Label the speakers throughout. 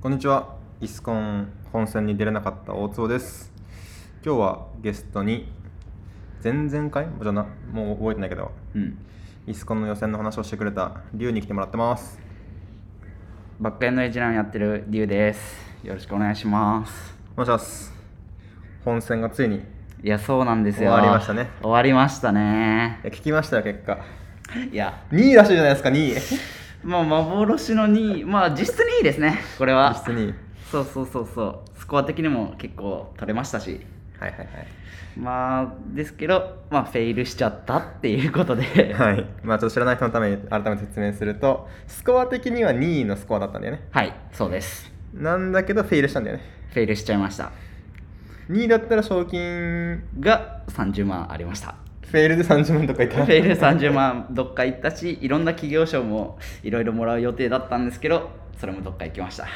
Speaker 1: こんにちは。イスコン本戦に出れなかった大坪です。今日はゲストに前々回じゃなもう覚えてないけど、
Speaker 2: うん。
Speaker 1: イスコンの予選の話をしてくれたリュウに来てもらってます。
Speaker 2: バックエンドエッジランやってるリュウです。よろしくお願いします。
Speaker 1: お願いします。本戦がついにい
Speaker 2: いや、そうなんですよ。
Speaker 1: 終わりましたね
Speaker 2: 終わりましたね。
Speaker 1: や聞きましたよ結果。
Speaker 2: いや、
Speaker 1: 2位らしいじゃないですか2位。
Speaker 2: まあ、幻の2位、まあ、実質2位ですね、これは。
Speaker 1: 実質2位。
Speaker 2: そうそうそうそう。スコア的にも結構取れましたし。
Speaker 1: はいはい
Speaker 2: まあ、ですけど、まあ、フェイルしちゃったっていうことで。
Speaker 1: はい。はい。まあちょっと知らない人のために改めて説明すると、スコア的には2位のスコアだったんだよね。
Speaker 2: はい、そうです。
Speaker 1: なんだけどフェイルしたんだよね。
Speaker 2: フェイルしちゃいました。
Speaker 1: 2位だったら賞金
Speaker 2: が、30万ありました。
Speaker 1: フェイルで30万とかい
Speaker 2: フ
Speaker 1: た
Speaker 2: ェイル30万どっか行ったしいろんな企業賞もいろいろもらう予定だったんですけどそれもどっか行きました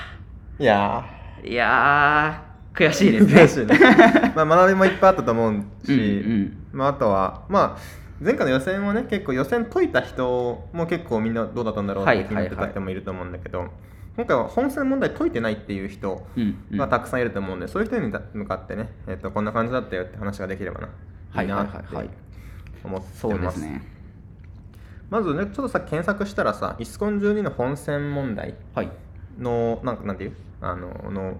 Speaker 1: いや
Speaker 2: いやー悔しい
Speaker 1: ー
Speaker 2: ですね
Speaker 1: 悔しいね まあ学びもいっぱいあったと思うし、
Speaker 2: うんうん
Speaker 1: まあ、あとはまあ前回の予選はね結構予選解いた人も結構みんなどうだったんだろうっ
Speaker 2: はい
Speaker 1: て気になって
Speaker 2: はい
Speaker 1: た
Speaker 2: はい
Speaker 1: 人もいると思うんだけど、今回は本戦問題解いてないっていう人
Speaker 2: うんうん
Speaker 1: がたくさんいると思うんで、そういう人に向かってね、えっとこんな感じだったよって話ができればな。
Speaker 2: はい
Speaker 1: いなって
Speaker 2: はいはいはい
Speaker 1: 思ってます
Speaker 2: そうですね
Speaker 1: まずねちょっとさ検索したらさイスコン12の本戦問題
Speaker 2: はい
Speaker 1: のなんかなんていうあのの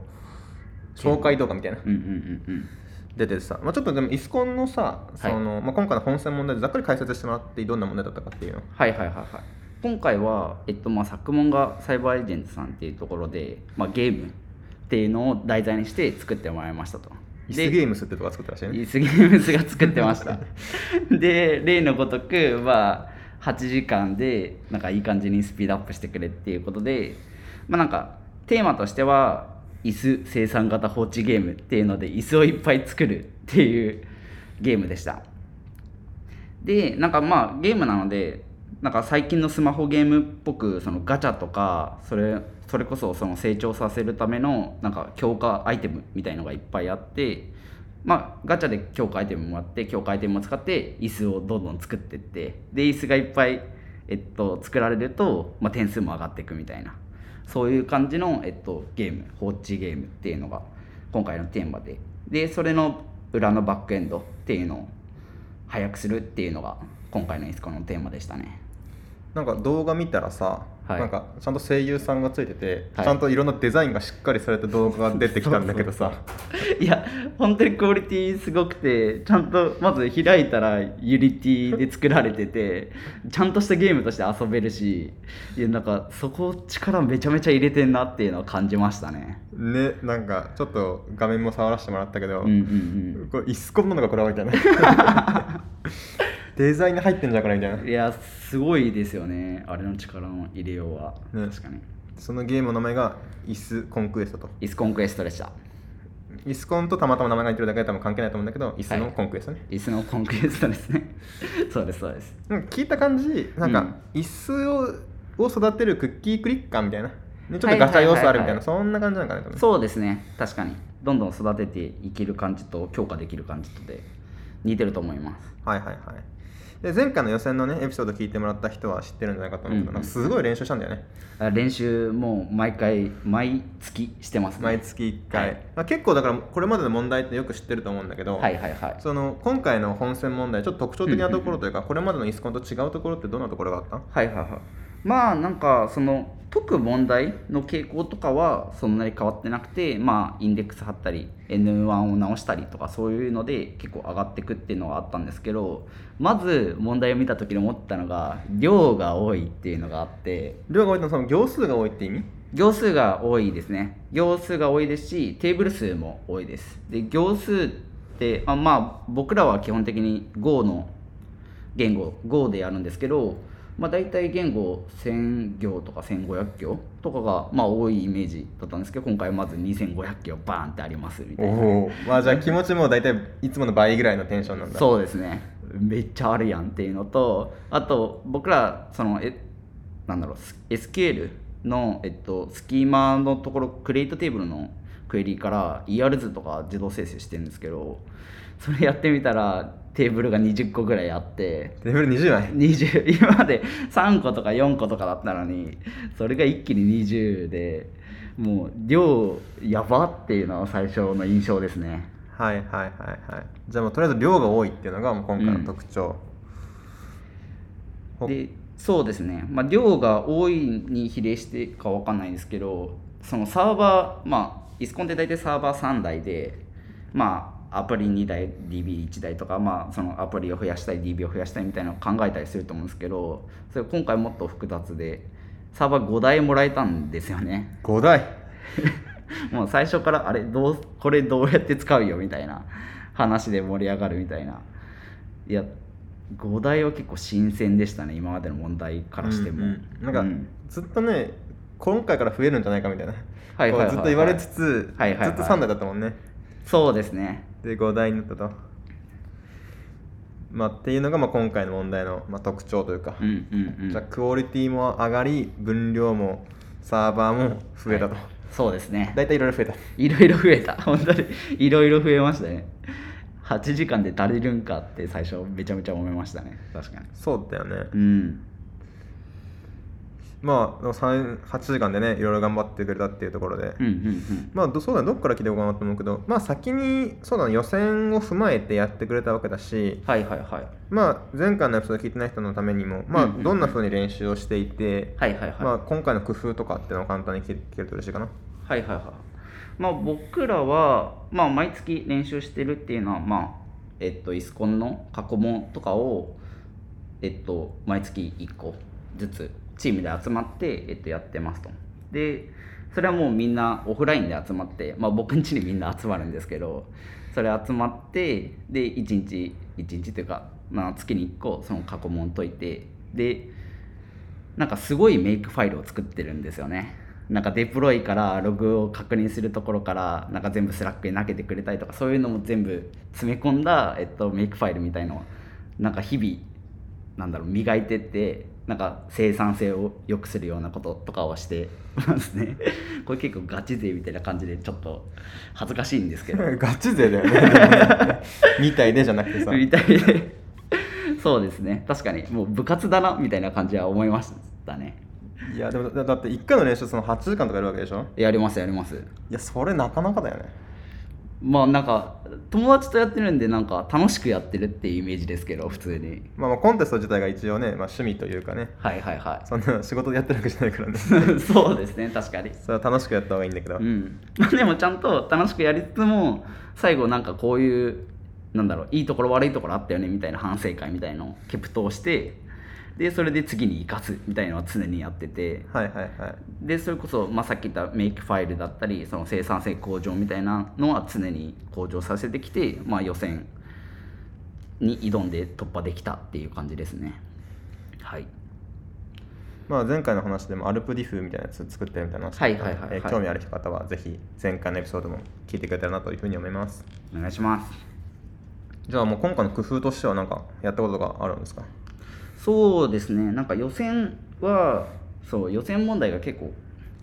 Speaker 1: 紹介動画みたいな
Speaker 2: うんうんうん
Speaker 1: 出ててさ、まあ、ちょっとでもイスコンのさその、まあ、今回の本戦問題でざっくり解説してもらっていいどんな問題だったかっていうの
Speaker 2: はいはいはいはい今回は、えっとまあ、作文がサイバーエージェントさんっていうところで、まあ、ゲームっていうのを題材にして作ってもらいましたと
Speaker 1: イスゲームスってとこが作ったらしいね
Speaker 2: イースゲームズが作ってましたで例のごとくまあ8時間でなんかいい感じにスピードアップしてくれっていうことでまあなんかテーマとしては椅子生産型放置ゲームっていうので椅子をいっぱい作るっていうゲームでしたでなんかまあゲームなのでなんか最近のスマホゲームっぽくそのガチャとかそれそれこそその成長させるためのなんか強化アイテムみたいのがいっぱいあってまあガチャで強化アイテムもらって強化アイテムも使って椅子をどんどん作ってってで椅子がいっぱい、えっと、作られると、まあ、点数も上がっていくみたいなそういう感じの、えっと、ゲーム放置ゲームっていうのが今回のテーマででそれの裏のバックエンドっていうのを早くするっていうのが今回のイスコのテーマでしたね
Speaker 1: なんか動画見たらさ、
Speaker 2: はい
Speaker 1: なんかちゃんと声優さんがついてて、
Speaker 2: はい
Speaker 1: ちゃんといろんなデザインがしっかりされた動画が出てきたんだ けどさ
Speaker 2: いや本当にクオリティすごくてちゃんとまず開いたらユリティで作られててちゃんとしたゲームとして遊べるしいやなんかそこ力めちゃめちゃ入れてんなっていうのは感じましたね
Speaker 1: ねなんかちょっと画面も触らせてもらったけど、
Speaker 2: うんうん
Speaker 1: これイスコンなのかこれはみたいな デザインに入ってんじゃんこれみたいな
Speaker 2: うんいやすごいですよねあれの力の入れようは、
Speaker 1: ね
Speaker 2: 確かに
Speaker 1: そのゲームの名前がイスコンクエストと
Speaker 2: イスコンクエストでした
Speaker 1: イスコンとたまたま名前が言ってるだけで多分関係ないと思うんだけどイスのコンクエストね、
Speaker 2: 椅子のコンクエストですね そうですそうです
Speaker 1: なんか聞いた感じなんか椅子を,、を育てるクッキークリッカーみたいな、ね、ちょっとガチャ要素あるみたいな、
Speaker 2: はいはいはいはい
Speaker 1: そんな感じなんかな多分
Speaker 2: そうですね確かにどんどん育てていける感じと強化できる感じとで似てると思います
Speaker 1: はいはいはいで前回の予選のねエピソード聞いてもらった人は知ってるんじゃないかと思うけど、
Speaker 2: うん
Speaker 1: なんかすごい練習したんだよね
Speaker 2: あ練習もう毎回毎月してますね
Speaker 1: 毎月1回、
Speaker 2: はい
Speaker 1: まあ、結構だからこれまでの問題ってよく知ってると思うんだけど、
Speaker 2: はいはいはい
Speaker 1: その今回の本戦問題ちょっと特徴的なところというか、これまでのイスコンと違うところってどんなところがあった
Speaker 2: はいはいはいまあなんかその解く問題の傾向とかはそんなに変わってなくてまあインデックス貼ったり N1 を直したりとかそういうので結構上がってくっていうのはあったんですけどまず問題を見た時に思ったのが量が多いっていうのがあって
Speaker 1: 量が多いのはその行数が多いって意味
Speaker 2: 行数が多いですね行数が多いですしテーブル数も多いですで行数ってあまあ僕らは基本的に Go の言語 Go でやるんですけど、まあ、大体言語1000行とか1500行とかがまあ多いイメージだったんですけど今回まず2500行バーンってありますみたいな
Speaker 1: おおまあじゃあ気持ちも大体いつもの倍ぐらいのテンションなんだ
Speaker 2: そうですねめっちゃあるやんっていうのとあと僕らそのえなんだろうス SQL の、えっと、スキーマのところクリエイトテーブルのクエリから ER 図とか自動生成してるんですけどそれやってみたらテーブルが20個ぐらいあって
Speaker 1: テーブル20枚
Speaker 2: 20今まで3個とか4個とかだったのにそれが一気に20でもう量やばっていうのは最初の印象ですね
Speaker 1: はいはいはいはいじゃあもうとりあえず量が多いっていうのがもう今回の特徴、ほ
Speaker 2: でそうですね、まあ、量が多いに比例してかわかんないですけどそのサーバーまあイスコンって大体サーバー3台でまあアプリ2台 DB1 台とか、まあ、そのアプリを増やしたい DB を増やしたいみたいなのを考えたりすると思うんですけどそれ今回もっと複雑でサーバー5台もらえたんですよね
Speaker 1: 5台
Speaker 2: もう最初からあれどうこれどうやって使うよみたいな話で盛り上がるみたいないや5台は結構新鮮でしたね今までの問題からしても、
Speaker 1: うんうんなんか、
Speaker 2: う
Speaker 1: ずっとね今回から増えるんじゃないかみたいな、
Speaker 2: はいはいはいは
Speaker 1: こ
Speaker 2: い
Speaker 1: うずっと言われつつ、
Speaker 2: はいはいはい
Speaker 1: ずっと3台だったもんね
Speaker 2: そうですね
Speaker 1: で5台になったとまあっていうのがまあ今回の問題のまあ特徴というか、
Speaker 2: うんうんうん
Speaker 1: じゃあクオリティも上がり分量もサーバーも増えたと、
Speaker 2: はいそうですね
Speaker 1: 大体いろいろ増えた
Speaker 2: いろいろ増えた 本当にいろいろ増えましたね8時間で足りるんかって最初めちゃめちゃ思いましたね確かに
Speaker 1: そうだよね、
Speaker 2: うん
Speaker 1: まあでも3 8時間でねいろいろ頑張ってくれたっていうところで、
Speaker 2: うんうん
Speaker 1: まあどそうだねどっから聞いておこうかなと思うけどまあ先にそうだね予選を踏まえてやってくれたわけだし
Speaker 2: うんはいはいはい
Speaker 1: まあ前回のエピソード聞いてない人のためにもまあ
Speaker 2: うんうんうん
Speaker 1: どんな風に練習をしていて、
Speaker 2: はいはいはい、
Speaker 1: まあ今回の工夫とかっていうのを簡単に聞けると嬉し いかな
Speaker 2: はいはいはいまあ僕らは、まあ、毎月練習してるっていうのはまあえっとイスコンの過去問とかをえっと毎月1個ずつチームで集まって、えっと、やってますとでそれはもうみんなオフラインで集まって、まあ、僕ん家にみんな集まるんですけどそれ集まってで1日1日というか、まあ、月に1個その過去問解いてでなんかすごいメイクファイルを作ってるんですよねなんかデプロイからログを確認するところからなんか全部スラックに投げてくれたりとかそういうのも全部詰め込んだ、えっと、メイクファイルみたいのをなんか日々なんだろう磨いてってなんか生産性を良くするようなこととかをして ますねこれ結構ガチ勢みたいな感じでちょっと恥ずかしいんですけど
Speaker 1: ガチ勢だよ ね2体でじゃなく てさ
Speaker 2: みたいでそうですね確かにもう部活だなみたいな感じは思いましたね
Speaker 1: いやでもだだって1回の練習その8時間とかやるわけでしょ
Speaker 2: やりますやります
Speaker 1: いやそれなかなかだよね
Speaker 2: まあなんか友達とやってるんでなんか楽しくやってるっていうイメージですけど普通に
Speaker 1: まあまあコンテスト自体が一応ね、まあ、趣味というかね
Speaker 2: はいはいは
Speaker 1: そんな仕事でやってるわけじゃないからね
Speaker 2: い そうですね確かに
Speaker 1: それは楽しくやった方がいいんだけど、
Speaker 2: うんまあでもちゃんと楽しくやりつつも最後なんかこういうなんだろういいところ悪いところあったよねみたいな反省会みたいのをケプトをしてでそれで次に生かすみたいのは常にやってて
Speaker 1: はいはいはい
Speaker 2: でそれこそ、まあ、さっき言ったメイクファイルだったりその生産性向上みたいなのは常に向上させてきて、まあ、予選に挑んで突破できたっていう感じですねはい
Speaker 1: まあ前回の話でもアルプディフみたいなやつ作ってるみたいな話
Speaker 2: はいはいはいはい
Speaker 1: えー興味ある方はぜひ前回のエピソードも聞いてくれたらなというふうに思います
Speaker 2: お願いします
Speaker 1: じゃあもう今回の工夫としてはなんかやったことがあるんですか
Speaker 2: そうですねなんか予選はそう予選問題が結構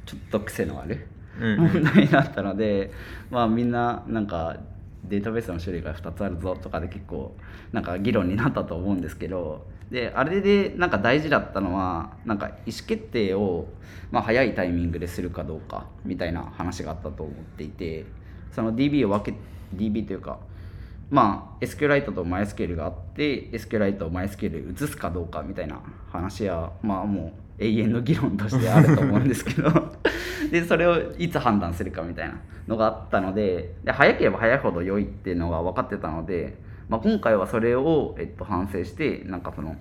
Speaker 2: ちょっと癖のある
Speaker 1: うん
Speaker 2: 問題だったので、まあみんななんかデータベースの種類が2つあるぞとかで結構なんか議論になったと思うんですけどであれでなんか大事だったのはなんか意思決定をまあ早いタイミングでするかどうかみたいな話があったと思っていてその DB を分け DB というかまあ、SQLite と MySQL があって SQLite を MySQL に移すかどうかみたいな話やまあもう永遠の議論としてあると思うんですけどでそれをいつ判断するかみたいなのがあったのでで早ければ早いほど良いっていうのが分かってたので、まあ、今回はそれを、えっと、反省してなんかその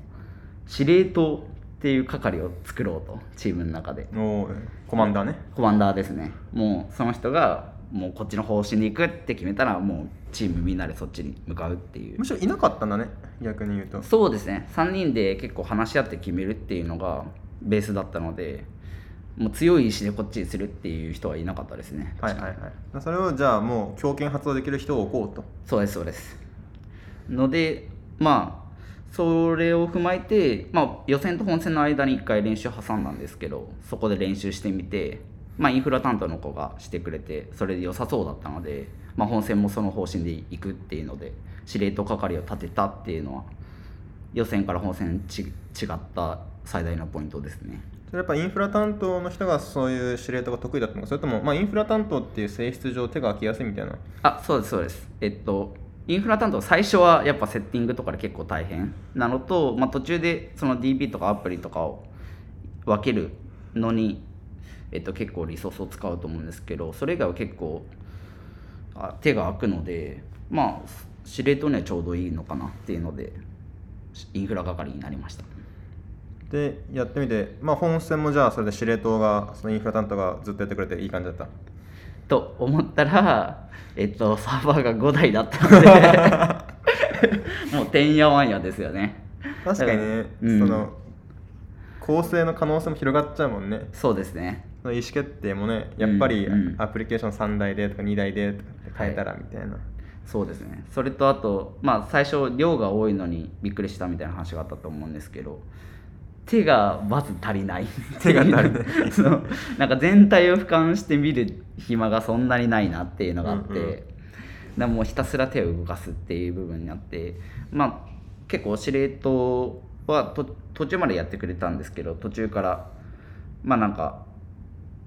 Speaker 2: 司令塔っていう係を作ろうとチームの中で
Speaker 1: おーコマンダーね
Speaker 2: コマンダーですねもうその人がもうこっちの方針で行くって決めたらもうチームみんなでそっちに向かうっていう
Speaker 1: むしろいなかったんだね逆に言うと
Speaker 2: そうですね3人で結構話し合って決めるっていうのがベースだったのでもう強い意志でこっちにするっていう人はいなかったですね
Speaker 1: はいはいはいそれをじゃあもう強権発動できる人を置こうと
Speaker 2: そうですそうですのでまあそれを踏まえて、まあ、予選と本戦の間に1回練習挟んだんですけどそこで練習してみて、まあ、インフラ担当の子がしてくれてそれで良さそうだったので、まあ、本戦もその方針で行くっていうので司令塔係を立てたっていうのは予選から本戦ち違った最大のポイントですね
Speaker 1: それやっぱインフラ担当の人がそういう指令とか得意だったのかそれとも、まあ、インフラ担当っていう性質上手が空きやすいみたいな
Speaker 2: あそうですそうですえっとインフラ担当最初はやっぱセッティングとかで結構大変なのと、まあ、途中でその DB とかアプリとかを分けるのに、えっと、結構リソースを使うと思うんですけどそれ以外は結構あ手が空くのでまあ司令塔にはちょうどいいのかなっていうのでインフラ係になりました
Speaker 1: でやってみて、まあ、本戦もじゃあそれで司令塔がそのインフラ担当がずっとやってくれていい感じだった
Speaker 2: と思っ たら、えっと、サーバーが5台だったのでもうてんやわんやですよね
Speaker 1: 確かにね、
Speaker 2: うん
Speaker 1: その構成の可能性も広がっちゃうもんね
Speaker 2: そうですね
Speaker 1: その意思決定もねやっぱり
Speaker 2: うんうん
Speaker 1: アプリケーション3台でとか2台でとかって変えたらみたいな、
Speaker 2: そうですねそれとあとまあ最初量が多いのにびっくりしたみたいな話があったと思うんですけど手がまず足りない
Speaker 1: 手が足りない
Speaker 2: そのなんか全体を俯瞰して見る暇がそんなにないなっていうのがあって、
Speaker 1: うんうん
Speaker 2: でもうひたすら手を動かすっていう部分になってまあ結構司令塔はと途中までやってくれたんですけど途中からまあなんか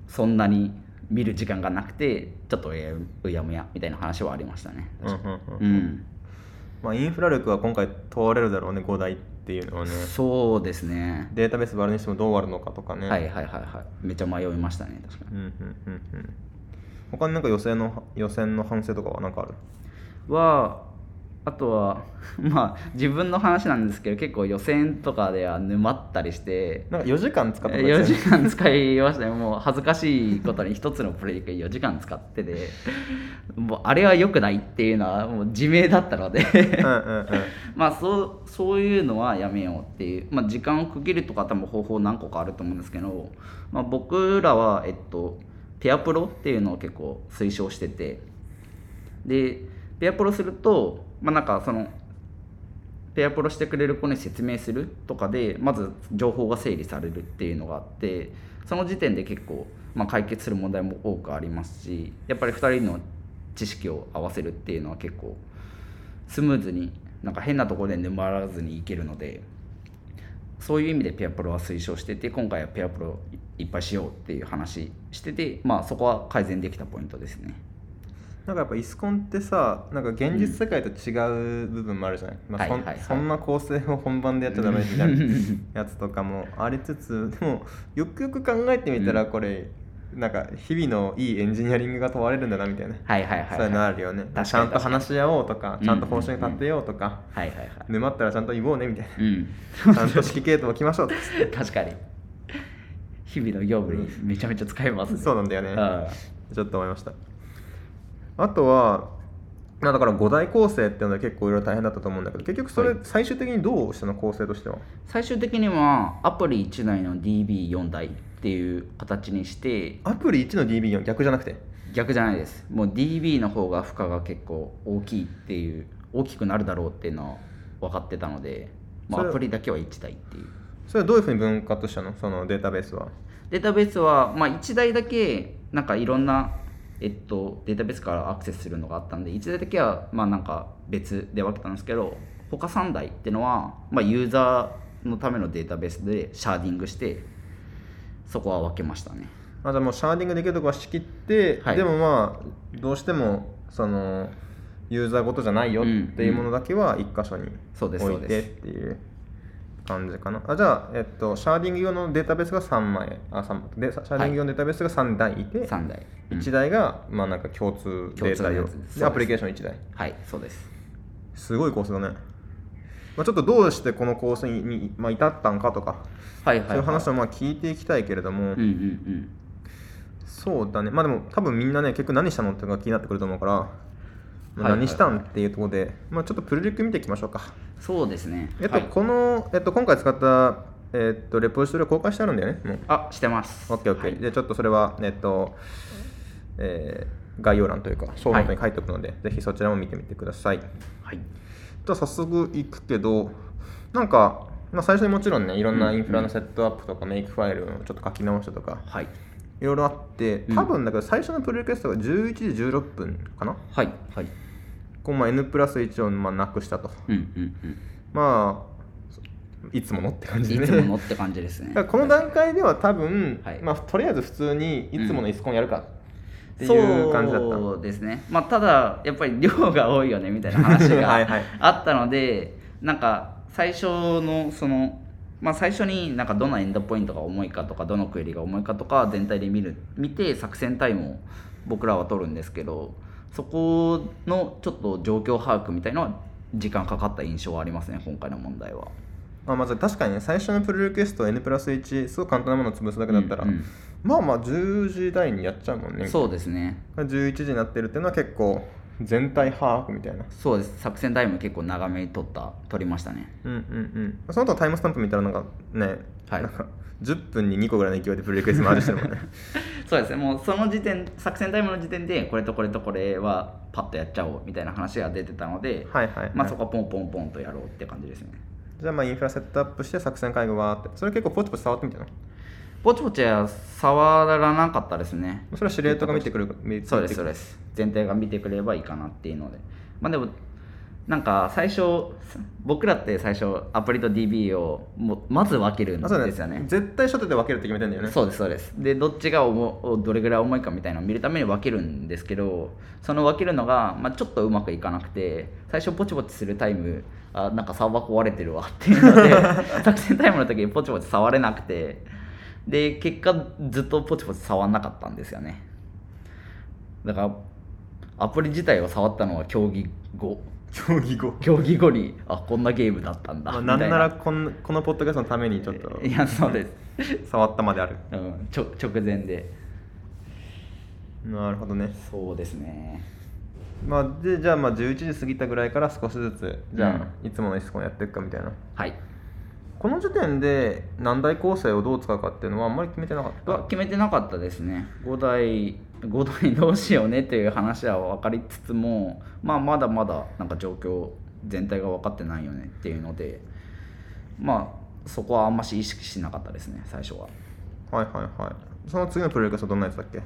Speaker 2: そんなに見る時間がなくてちょっとえーうやむやみたいな話はありましたね。
Speaker 1: うんうんうん
Speaker 2: うん、
Speaker 1: まあ、インフラ力は今回問われるだろうね5台っていうのはね
Speaker 2: そうですね。
Speaker 1: データベース割るにしてもどう割るのかとかね、
Speaker 2: はいはいはいはい。めっちゃ迷いましたね、確か
Speaker 1: う
Speaker 2: に。
Speaker 1: んうんうんうん他になんか予選の予選の反省とかは何かある
Speaker 2: は、あとは、 まあ、自分の話なんですけど、結構予選とかでは沼ったりして、
Speaker 1: なんか4時間使ったとか言っ
Speaker 2: 4
Speaker 1: てた
Speaker 2: 時
Speaker 1: よね
Speaker 2: 間使いましたね、もう恥ずかしいことに1つのプレイ4時間使ってて、もうあれは良くないっていうのは、もう自明だったので。
Speaker 1: うんうんうん
Speaker 2: まあそうそういうのはやめようっていう、まあ、時間を区切るとか多分方法何個かあると思うんですけど、まあ、僕らは、えっと、ペアプロっていうのを結構推奨しててでペアプロすると、まあ、なんかそのペアプロしてくれる子に説明するとかでまず情報が整理されるっていうのがあってその時点で結構、まあ、解決する問題も多くありますしやっぱり2人の知識を合わせるっていうのは結構スムーズになんか変なところで沼らずにいけるのでそういう意味でペアプロは推奨してて今回はペアプロいっぱいしようっていう話しててまあそこは改善できたポイントですね。
Speaker 1: なんかやっぱイスコンってさなんか現実世界と違う部分もあるじゃない、まあそん
Speaker 2: はいはいはい
Speaker 1: そんな構成を本番でやっちゃダメみたいな やつとかもありつつでもよくよく考えてみたらこれ、なんか日々のいいエンジニアリングが問われるんだなみたいな、
Speaker 2: はいはいはい、
Speaker 1: そう
Speaker 2: は
Speaker 1: い
Speaker 2: い
Speaker 1: うのあるよね
Speaker 2: かに
Speaker 1: ちゃんと話し合おうとか
Speaker 2: に
Speaker 1: ちゃんと方針立てようとか、
Speaker 2: はいはいはい。
Speaker 1: 沼ったらちゃんと言おうねみたいな
Speaker 2: うん。
Speaker 1: ちゃんと指揮系統をきましょう とか
Speaker 2: 確かに。日々の業務にめちゃめちゃ使えますね。
Speaker 1: そうなんだよね、ちょっと思いましたあとはまあだから5大構成っていうのは結構いろいろ大変だったと思うんだけど結局それ
Speaker 2: はい
Speaker 1: 最終的にどうしたの構成としては
Speaker 2: 最終的にはアプリ1台の DB4 台っていう形にして
Speaker 1: アプリ1の DB4 逆じゃなくて
Speaker 2: 逆じゃないですもう DB の方が負荷が結構大きいっていう大きくなるだろうっていうのは分かってたので、ま
Speaker 1: そ
Speaker 2: あ、
Speaker 1: れ
Speaker 2: アプリだけは1台っていう
Speaker 1: それはどういうふうに分割したのそのデータベースは
Speaker 2: データベースは、まあ、1台だけなんかいろんな、えっと、データベースからアクセスするのがあったんで1台だけはまあなんか別で分けたんですけど他3台っていうのは、まあ、ユーザーのためのデータベースでシャーディングしてそこは分けましたね
Speaker 1: あじゃあもうシャーディングできるとこは仕切って、
Speaker 2: はい
Speaker 1: でもまあどうしてもそのユーザーごとじゃないよっていうものだけは1箇所に
Speaker 2: そうです
Speaker 1: 置い
Speaker 2: そう
Speaker 1: てっ
Speaker 2: です
Speaker 1: ていう感じかなあじゃあ、えっと、シャーディング用のデータベースが3枚あ三枚でシャーディング用のデータベースが3台いて、
Speaker 2: 3台、うん
Speaker 1: 1台がまあなんか共通データ用
Speaker 2: 共通のやつです
Speaker 1: でアプリケーション1台
Speaker 2: はいそうです
Speaker 1: すごい構成だね、まあ、ちょっとどうしてこの構成に、まあ、至ったんかとか
Speaker 2: はいは
Speaker 1: そう
Speaker 2: い、はい
Speaker 1: いう話をまあ聞いていきたいけれども、
Speaker 2: うんうんうん
Speaker 1: そうだねまあでも多分みんなね結局何したのっていうのが気になってくると思うから、まあ
Speaker 2: はい
Speaker 1: 何したんっていうところで、まあ、ちょっとプロジェクト見ていきましょうか
Speaker 2: そうですね
Speaker 1: えっと、
Speaker 2: はい
Speaker 1: この、えっと、今回使った、えっと、レポジトリを公開してあるんだよねもう
Speaker 2: あしてます
Speaker 1: オッケーオッケー、でちょっとそれはえっと、えー概要欄というか小ノートに書いておくので、ぜひそちらも見てみてくださいじ
Speaker 2: はい
Speaker 1: ゃあ早速いくけどなんか、まあ、最初にもちろんねいろんなインフラのセットアップとか、メイクファイルをちょっと書き直したとか
Speaker 2: はい
Speaker 1: いろいろあって
Speaker 2: うん
Speaker 1: 多分だけど最初のプロリクエストが11時16分かな、
Speaker 2: はいはい
Speaker 1: こうまあ N プラス1をまあなくしたと
Speaker 2: うんうんうん
Speaker 1: まあいつものって感じ
Speaker 2: い
Speaker 1: で
Speaker 2: つも
Speaker 1: ね
Speaker 2: のって感じですね
Speaker 1: だからこの段階では多分、
Speaker 2: はい
Speaker 1: まあ、とりあえず普通にいつものイスコンやるかって
Speaker 2: そ
Speaker 1: いう感じだったの
Speaker 2: うですねまあただやっぱり量が多いよねみたいな話が
Speaker 1: はいはい
Speaker 2: あったのでなんか最初のそのまあ最初になんかどのエンドポイントが重いかとかどのクエリが重いかとか全体で見る見て作戦タイムを僕らは取るんですけどそこのちょっと状況把握みたいのは時間かかった印象はありますね今回の問題は。
Speaker 1: まあ、まず確かにね最初のプルリクエスト N プラス1すごい簡単なものを潰すだけだったら、
Speaker 2: うん
Speaker 1: まあまあ10時台にやっちゃうもん
Speaker 2: うん
Speaker 1: ね
Speaker 2: そうですね
Speaker 1: 11時になってるっていうのは結構全体把握みたいな
Speaker 2: そうです作戦タイム結構長めに取った取りましたね
Speaker 1: うんうんうんその後タイムスタンプ見たらなんかね、
Speaker 2: はい
Speaker 1: なんか10分に2個ぐらいの勢いでプルリクエスト回してるもんね
Speaker 2: そうですねもうその時点作戦タイムの時点でこれとこれとこれはパッとやっちゃおうみたいな話が出てたので、
Speaker 1: はいはい、はい
Speaker 2: まあそこ はポンポンポンとやろうって感じですね
Speaker 1: じゃあまあインフラセットアップして作戦会議わーってそれ結構ポチポチ触ってみたの
Speaker 2: ぼちぼちは触らなかったですね
Speaker 1: それは司令塔が見てくる見
Speaker 2: そうです
Speaker 1: 見て
Speaker 2: そ
Speaker 1: く
Speaker 2: う
Speaker 1: る
Speaker 2: です全体が見てくれればいいかなっていうのでまあでもなんか最初僕らって最初アプリと DB をもうまず分けるん
Speaker 1: あ
Speaker 2: で
Speaker 1: そうだね
Speaker 2: すよね
Speaker 1: 絶対初手で分けるって決めてんだよね
Speaker 2: そうですそうですでどっちが重どれぐらい重いかみたいなのを見るために分けるんですけどその分けるのが、まあ、ちょっとうまくいかなくて最初ポチポチするタイムあなんかサーバー壊れてるわっていうので 作戦タイムの時にポチポチ触れなくてで結果ずっとポチポチ触んなかったんですよねだからアプリ自体を触ったのは競技後
Speaker 1: 競技後
Speaker 2: 競技後にあこんなゲームだったんだ
Speaker 1: まあ、
Speaker 2: み
Speaker 1: な
Speaker 2: た
Speaker 1: ん
Speaker 2: いな
Speaker 1: ならこんこのポッドキャストのためにちょっと
Speaker 2: いやそうです、
Speaker 1: 触ったまである
Speaker 2: うん、ちょ直前で
Speaker 1: なるほどね
Speaker 2: そうですね
Speaker 1: まあ、でじゃあまあ11時過ぎたぐらいから少しずつじゃあ、いつものイスコンやっていくかみたいな
Speaker 2: はい
Speaker 1: この時点で何台構成をどう使うかっていうのはあんまり決めてなかった
Speaker 2: は決めてなかったですね5台5台どうしようねという話は分かりつつも、まあ、まだまだなんか状況全体が分かってないよねっていうのでまあそこはあんまし意識しなかったですね最初は
Speaker 1: はいはいはいその次のプロリクエストどんなやつだっけ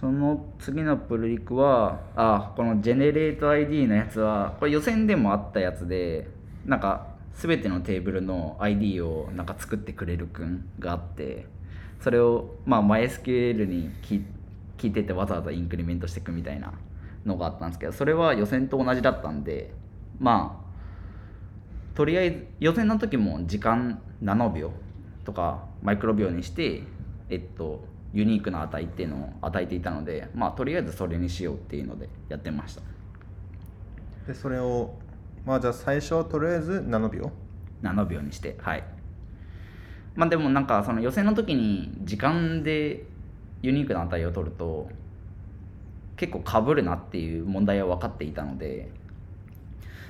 Speaker 2: その次のプルリクはあこのジェネレート ID のやつはこれ予選でもあったやつでなんか全てのテーブルの ID をなんか作ってくれるくんがあってそれをまあ MySQL に聞聞いててわざわざインクリメントしていくみたいなのがあったんですけどそれは予選と同じだったんでまあとりあえず予選の時も時間7秒とかマイクロ秒にしてえっとユニークな値っていうのを与えていたのでまあとりあえずそれにしようっていうのでやってました
Speaker 1: でそれをまあじゃあ最初はとりあえず7秒
Speaker 2: 7秒にしてはいまあでもなんかその予選の時に時間でユニークな値を取ると結構かぶるなっていう問題は分かっていたので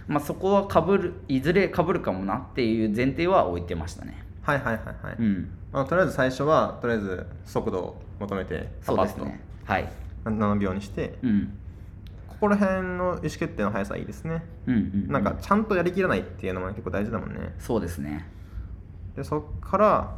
Speaker 2: まあそこはかぶるいずれかぶるかもなっていう前提は置いてましたね
Speaker 1: はいはいはいはい、
Speaker 2: うん
Speaker 1: まあ、とりあえず最初はとりあえず速度を求めて
Speaker 2: そうですねはい、
Speaker 1: パパッと7秒にして
Speaker 2: うん、
Speaker 1: ここら辺の意思決定の速さいいですね
Speaker 2: うんうん
Speaker 1: なんかちゃんとやりきらないっていうのも結構大事だもんね
Speaker 2: そうですね
Speaker 1: でそっから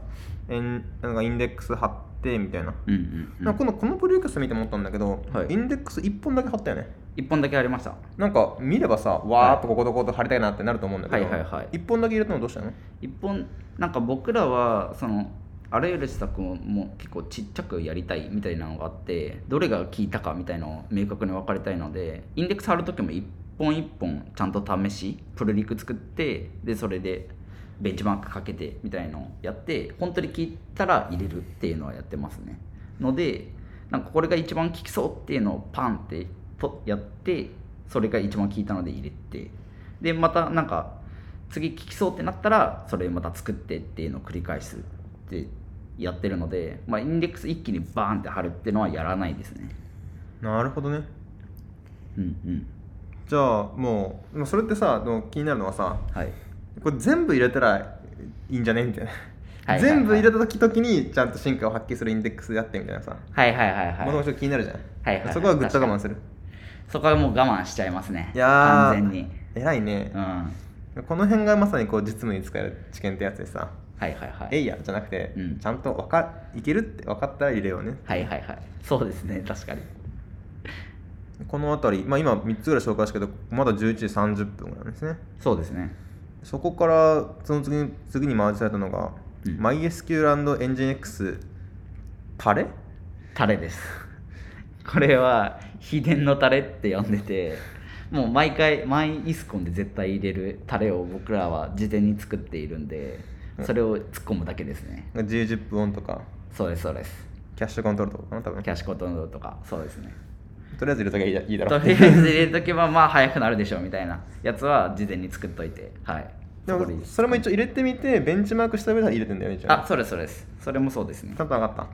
Speaker 1: えんなんかインデックス貼ってみたいな,、
Speaker 2: うんうん、うん、
Speaker 1: なんかこのこのプロリクエスト見て思ったんだけど、
Speaker 2: はい
Speaker 1: インデックス1本だけ貼ったよね
Speaker 2: 一本だけありました
Speaker 1: なんか見ればさわーっとこことここと貼りたいなってなると思うんだけど、
Speaker 2: はいはいはい
Speaker 1: 1本だけ入れたのどうしたの
Speaker 2: 一本なんか僕らはそのあらゆる施策をもう結構ちっちゃくやりたいみたいなのがあってどれが効いたかみたいなのを明確に分かりたいのでインデックス貼る時も一本一本ちゃんと試しプルリク作ってでそれでベンチマークかけてみたいのをやって本当に効いたら入れるっていうのはやってますねのでなんかこれが一番効きそうっていうのをパンってとやってそれが一番効いたので入れてでまたなんか次聞きそうってなったらそれまた作ってっていうのを繰り返すってやってるので、まあ、インデックス一気にバーンって貼るっていうのはやらないですね
Speaker 1: なるほどね
Speaker 2: うんうん
Speaker 1: じゃあもうでもそれってさでも気になるのはさ
Speaker 2: はい
Speaker 1: これ全部入れたらいいんじゃねみたいな、
Speaker 2: はいはい
Speaker 1: 全部入れた時々にちゃんと進化を発揮するインデックスやってみたいなさ、
Speaker 2: はいはいはい
Speaker 1: もの
Speaker 2: はい
Speaker 1: ちょっと気になるじゃん、
Speaker 2: はいはいはい
Speaker 1: そこはぐっと我慢する
Speaker 2: そこはもう我慢しちゃいますね
Speaker 1: いやー
Speaker 2: 完全に
Speaker 1: 偉いね
Speaker 2: うん、はい
Speaker 1: この辺がまさにこう実務に使える知見ってやつでさ
Speaker 2: はいは
Speaker 1: 「え
Speaker 2: い
Speaker 1: いや」じゃなくて、
Speaker 2: うん
Speaker 1: ちゃんとわかいけるって分かったら入れようね
Speaker 2: はいはいはいそうですね確かに
Speaker 1: この辺り、まあ、今3つぐらい紹介したけどまだ11時30分ぐらいなんですね
Speaker 2: そうですね
Speaker 1: そこからその次に次にマージされたのが、
Speaker 2: うん
Speaker 1: MySQL& エンジン X タレ
Speaker 2: タレですこれは秘伝のタレって呼んでてもう毎回マイイスコンで絶対入れるタレを僕らは事前に作っているんでそれを突っ込むだけですね
Speaker 1: が ?G10 分オンとか
Speaker 2: そうですそうです
Speaker 1: キャッシュコントロールとかかな多分
Speaker 2: キャッシュコントロールとかそうですね
Speaker 1: とりあえず入れときゃいいだいいだろ
Speaker 2: と
Speaker 1: う
Speaker 2: りあえず入れとけばまあ早くなるでしょうみたいなやつは事前に作っといてはい
Speaker 1: で
Speaker 2: そこでいい
Speaker 1: も
Speaker 2: です
Speaker 1: それも一応入れてみてベンチマークした上で入れてんだよね一応
Speaker 2: あそうですそうですそれもそうですね
Speaker 1: ちゃんと上がった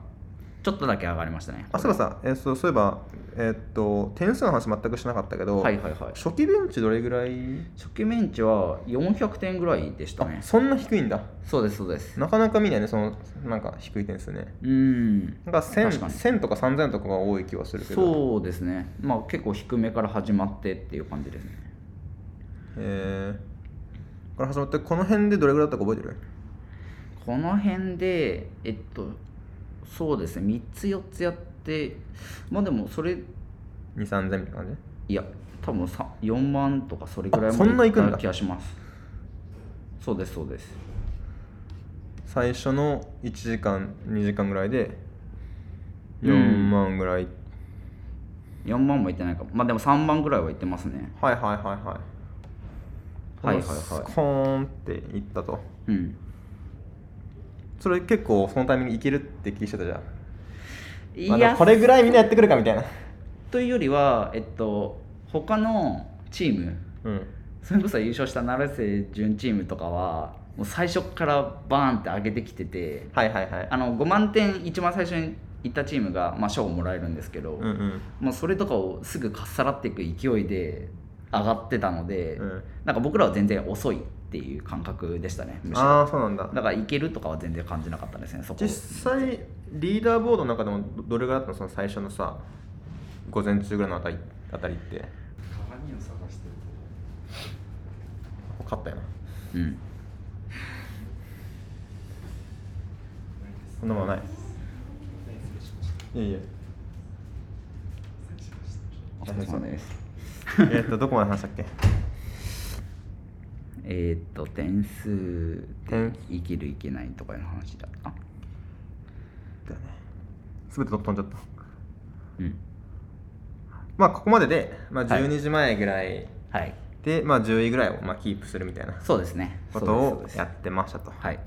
Speaker 2: ちょっとだけ上がりましたね
Speaker 1: あそういえばさ、えーそうそういえば、えーっと点数の話全くしなかったけど、
Speaker 2: はいはいはい
Speaker 1: 初期ベンチどれぐらい、
Speaker 2: 初期メンチは400点ぐらいでしたね
Speaker 1: あそんな低いんだ
Speaker 2: そうですそうです
Speaker 1: なかなか見ないねそのなんか低い点数ね
Speaker 2: うーん
Speaker 1: なんか 1000,
Speaker 2: 確かに
Speaker 1: 1000とか3000とかが多い気はするけど
Speaker 2: そうですねまあ結構低めから始まってっていう感じですね
Speaker 1: えー、から始まってこの辺でどれぐらいだったか覚えてる
Speaker 2: この辺でえっとそうですね3つ4つやってまあでもそれ
Speaker 1: ?23000 みたいな感じ
Speaker 2: いや多分さ4万とかそれぐらい
Speaker 1: あそんな行くんだ
Speaker 2: った気がしますそうですそうです
Speaker 1: 最初の1時間2時間ぐらいで
Speaker 2: うん
Speaker 1: 4万ぐらい、
Speaker 2: 4万もいってないかまあでも3万ぐらいはいってますね
Speaker 1: はいはいはいはい
Speaker 2: はいはいはい
Speaker 1: スコーンっていったと
Speaker 2: うん
Speaker 1: それ結構そのタイミングいけるって気してたじゃん
Speaker 2: い
Speaker 1: まあで
Speaker 2: や
Speaker 1: もこれぐらいみんなやってくるかみたいな
Speaker 2: というよりはえっと他のチーム
Speaker 1: うん
Speaker 2: それこそ優勝した成瀬準チームとかはもう最初からバーンって上げてきてて
Speaker 1: はいはいはい
Speaker 2: あの5万点一番最初にいったチームが、まあ、賞をもらえるんですけど、
Speaker 1: うんうん
Speaker 2: もうそれとかをすぐかっさらっていく勢いで上がってたので、
Speaker 1: うん
Speaker 2: なんか僕らは全然遅いっていう感覚でしたねむしろ
Speaker 1: ああそうなんだ
Speaker 2: だからいけるとかは全然感じなかったですねそこ
Speaker 1: 実際リーダーボードの中でもどどれぐらいだったのその最初のさ午前中ぐらいのあたりあたりって
Speaker 3: 鏡を探してる
Speaker 1: 勝ったよな
Speaker 2: うん
Speaker 1: そんなもんはない
Speaker 3: と、ね、失礼しました
Speaker 1: いえいえ
Speaker 3: 失礼しました
Speaker 2: お疲れ様です
Speaker 1: えーっとどこまで話したっけ
Speaker 2: えーっと点数
Speaker 1: 点
Speaker 2: でいけるいけないとかいう話だっ
Speaker 1: だ
Speaker 2: た
Speaker 1: よね全て飛んじゃった
Speaker 2: うん
Speaker 1: まあここまでで、まあ、
Speaker 2: はい
Speaker 1: 12時前ぐらい
Speaker 2: はい
Speaker 1: で、まあ10位ぐらいをまあキープするみたいな
Speaker 2: そうですね
Speaker 1: こと
Speaker 2: そう
Speaker 1: を
Speaker 2: です
Speaker 1: や
Speaker 2: そう
Speaker 1: っ
Speaker 2: で
Speaker 1: てましたと
Speaker 2: すはい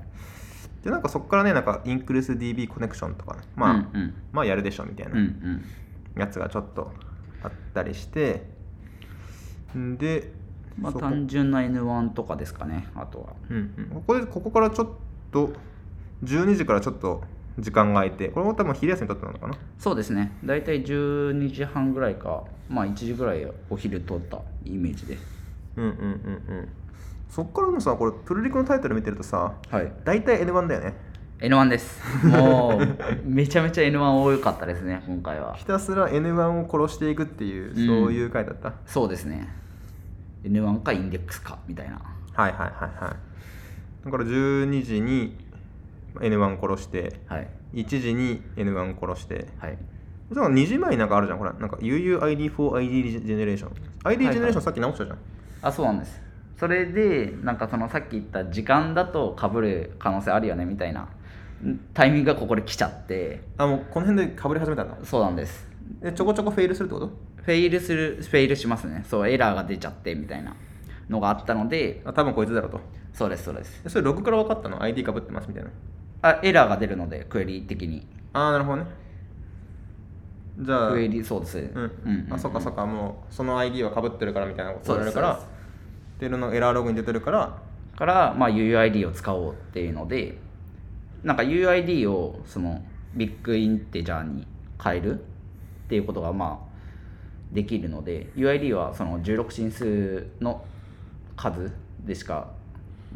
Speaker 1: でなんかそこからねなんかインクルース DB コネクションとかねまあ、
Speaker 2: うんうん
Speaker 1: まあやるでしょみたい
Speaker 2: うんう
Speaker 1: なんやつがちょっとあったりしてんで、
Speaker 2: まあ
Speaker 1: そこ
Speaker 2: 単純な N1 とかですかねあとは
Speaker 1: うんうん、ここでここからちょっと12時からちょっと時間が空いてこれも多分昼休み取ってたのかな
Speaker 2: そうですね大体12時半ぐらいかまあ1時ぐらいお昼取ったイメージです
Speaker 1: うんうんうんうんそっからのさこれプルリコのタイトル見てるとさ
Speaker 2: はい
Speaker 1: 大体 N1 だよね
Speaker 2: N1 です もうめちゃめちゃ N1 多かったですね今回は
Speaker 1: ひたすら N1 を殺していくっていう、
Speaker 2: うん
Speaker 1: そういう回だった
Speaker 2: そうですね N1 かインデックスかみたいな
Speaker 1: はいはいはいはいだから12時に N1 殺して
Speaker 2: はい
Speaker 1: 1時に N1 殺して
Speaker 2: はい
Speaker 1: その2時前になんかあるじゃんほらなんか UUID4ID ジェネレーション ID ジェネレーションさっき直したじゃん、
Speaker 2: あそうなんですそれでなんかそのさっき言った時間だとかぶる可能性あるよねみたいなんタイミングがここで来ちゃって
Speaker 1: あもうこの辺でかぶり始めたんだ
Speaker 2: そうなんです
Speaker 1: でちょこちょこフェイルするってこと
Speaker 2: フェイルするフェイルしますねそうエラーが出ちゃってみたいなのがあったので
Speaker 1: あ多分こいつだろうと
Speaker 2: そうですそうです
Speaker 1: でそれログから分かったの ID かぶってますみたいな
Speaker 2: あエラーが出るのでクエリ的に
Speaker 1: ああなるほどねじゃあ
Speaker 2: クエリそうですね
Speaker 1: うん、あそっかそっかもうその ID はかぶってるからみたいなこと
Speaker 2: そう
Speaker 1: 言われ
Speaker 2: です
Speaker 1: るから
Speaker 2: そうで
Speaker 1: っていうののエラーログに出てるから
Speaker 2: から、まあ、UUID を使おうっていうのでなんか UUID をそのビッグインテジャーに変えるっていうことがまあできるので UID はその16進数の数でしか、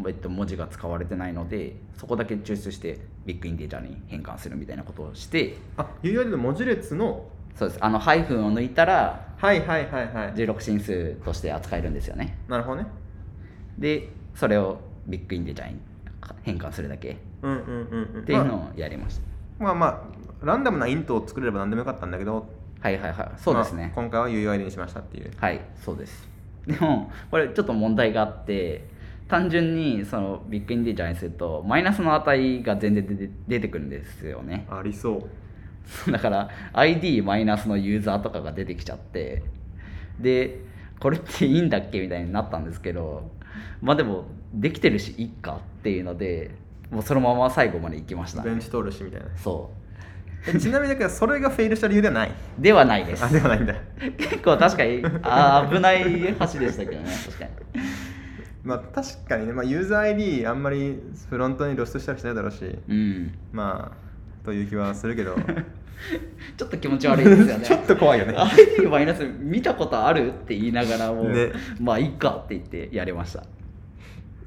Speaker 2: えっと、文字が使われてないのでそこだけ抽出してビッグインテジャーに変換するみたいなことをして
Speaker 1: あ UID の文字列の
Speaker 2: そうですあのハイフンを抜いたら
Speaker 1: はいはいはいはい
Speaker 2: 16進数として扱えるんですよね
Speaker 1: なるほどね
Speaker 2: でそれをビッグインテジャーに変換するだけ
Speaker 1: うんうんうんうん
Speaker 2: っていうのをやりました、
Speaker 1: まあまあまあランダムなイントを作れれば何でもよかったんだけど
Speaker 2: はいはいはいそうですね
Speaker 1: まあ、今回は UID にしましたっていう
Speaker 2: はいそうですでもこれちょっと問題があって単純にそのビッグインディージャーにするとマイナスの値が全然出て出てくるんですよね
Speaker 1: ありそう
Speaker 2: だから ID マイナスのユーザーとかが出てきちゃってでこれっていいんだっけみたいになったんですけどまあでもできてるしいっかっていうのでもうそのまま最後まで行きました
Speaker 1: ベンチ通るしみたいな
Speaker 2: そ
Speaker 1: えちなみにだからそれがフェイルした理由ではない
Speaker 2: うではないで す
Speaker 1: あではないんだ
Speaker 2: 結構確かにあー危ない橋でしたけどね確かに
Speaker 1: まあ確かにね、まあ、ユーザー ID あんまりフロントに露出したりしないだろうし
Speaker 2: うん
Speaker 1: まあという気はするけど
Speaker 2: ちょっと気持 ち悪いですよね
Speaker 1: ちょ っと怖いよね
Speaker 2: ID マイナス見たことあるって言いながらも、
Speaker 1: ね
Speaker 2: まあいいかって言ってやれました、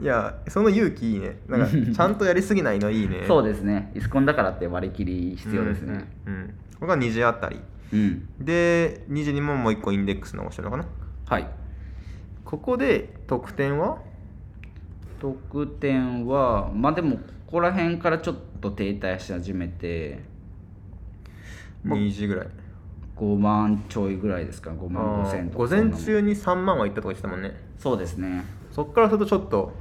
Speaker 1: いやその勇気いいねなんか ちゃんとやりすぎないのいいね
Speaker 2: そうですねイスコンだからって割り切り必要ですね
Speaker 1: うん、うんこれが2時あたり
Speaker 2: うん、
Speaker 1: で22問もう1個インデックス直してるのかな
Speaker 2: はい
Speaker 1: ここで得点は
Speaker 2: 得点はまあでもここら辺からちょっと停滞し始めて
Speaker 1: 2時ぐらい
Speaker 2: 5万ちょいぐらいですか5万5千
Speaker 1: あー
Speaker 2: とか
Speaker 1: 午
Speaker 2: そんなも
Speaker 1: 前
Speaker 2: ん
Speaker 1: 中に3万はいったとか言ってたもんね
Speaker 2: そうですね
Speaker 1: そっからするとちょっと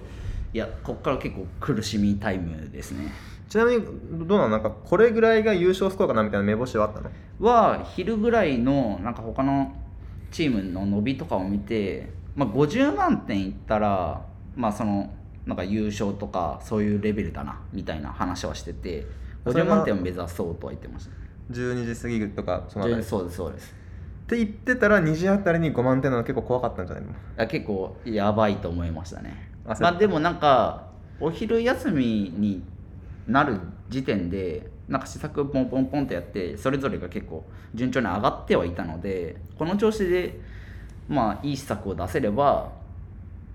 Speaker 2: いやここから結構苦しみタイムですね
Speaker 1: ちなみにどうなのなんかこれぐらいが優勝スコアかなみたいな目星はあったの
Speaker 2: は昼ぐらいのなんか他のチームの伸びとかを見て、まあ、50万点いったら、まあ、そのなんか優勝とかそういうレベルだなみたいな話はしてて
Speaker 1: それ
Speaker 2: 50
Speaker 1: は
Speaker 2: 万点を目指そうとは言ってまし
Speaker 1: 12時過ぎとかそ
Speaker 2: た
Speaker 1: のあたり
Speaker 2: ね
Speaker 1: っ
Speaker 2: そうですそうです
Speaker 1: て言ってたら2時あたりに5万点なの結構怖かったんじゃないの
Speaker 2: あ結構やばいと思いましたね
Speaker 1: あそう
Speaker 2: まあでもなんかお昼休みになる時点でなんか試作ポンポンポンってやってそれぞれが結構順調に上がってはいたのでこの調子でまあいい施策を出せれば、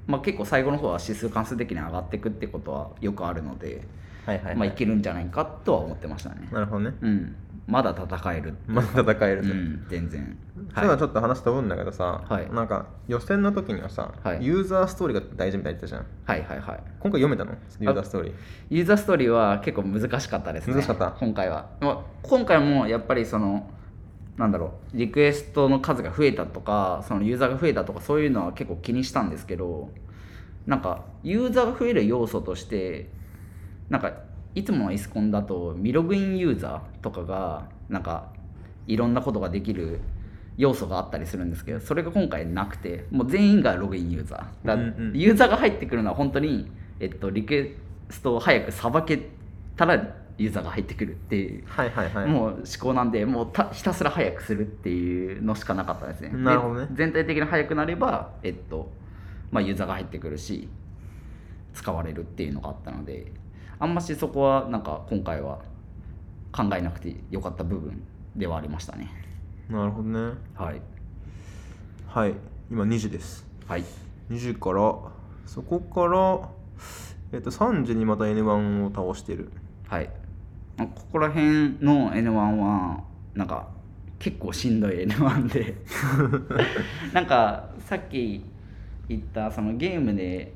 Speaker 2: まあ、結構最後の方は指数関数的に上がっていくってことはよくあるので、
Speaker 1: はいはい、
Speaker 2: まあ、いけるんじゃないかとは思ってましたね、
Speaker 1: なるほどね
Speaker 2: うん、まだ戦える、
Speaker 1: まだ戦える
Speaker 2: う
Speaker 1: と、
Speaker 2: ん、全然
Speaker 1: そうい、ちょっと話飛ぶんだけどさ、
Speaker 2: はい
Speaker 1: なんか予選の時にはさ、
Speaker 2: はい
Speaker 1: ユーザーストーリーが大事みたいに言ってたじゃん
Speaker 2: はいはいはい
Speaker 1: 今回読めたのユーザーストーリー
Speaker 2: ユーザーストーリーは結構難しかったですね
Speaker 1: 難しかった
Speaker 2: 今回は、まあ、今回もやっぱりそのなんだろうリクエストの数が増えたとかそのユーザーが増えたとかそういうのは結構気にしたんですけどなんかユーザーが増える要素としてなんかいつものイスコンだと未ログインユーザーとかがなんかいろんなことができる要素があったりするんですけどそれが今回なくてもう全員がログインユーザーだから
Speaker 1: うんうん
Speaker 2: ユーザーが入ってくるのは本当に、えっと、リクエストを早くさばけたらユーザーが入ってくるっていう、
Speaker 1: はいはいはい
Speaker 2: もう思考なんでもうたひたすら早くするっていうのしかなかったですねで
Speaker 1: なるほどね
Speaker 2: 全体的に早くなれば、えっとまあ、ユーザーが入ってくるし使われるっていうのがあったのであんましそこはなんか今回は考えなくてよかった部分ではありましたね
Speaker 1: なるほどね
Speaker 2: はい
Speaker 1: はい今2時です
Speaker 2: はい
Speaker 1: 2時からそこからえっと3時にまた N1 を倒してる
Speaker 2: はいここら辺の N1 はなんか結構しんどい N1 でなんかさっき言ったそのゲームで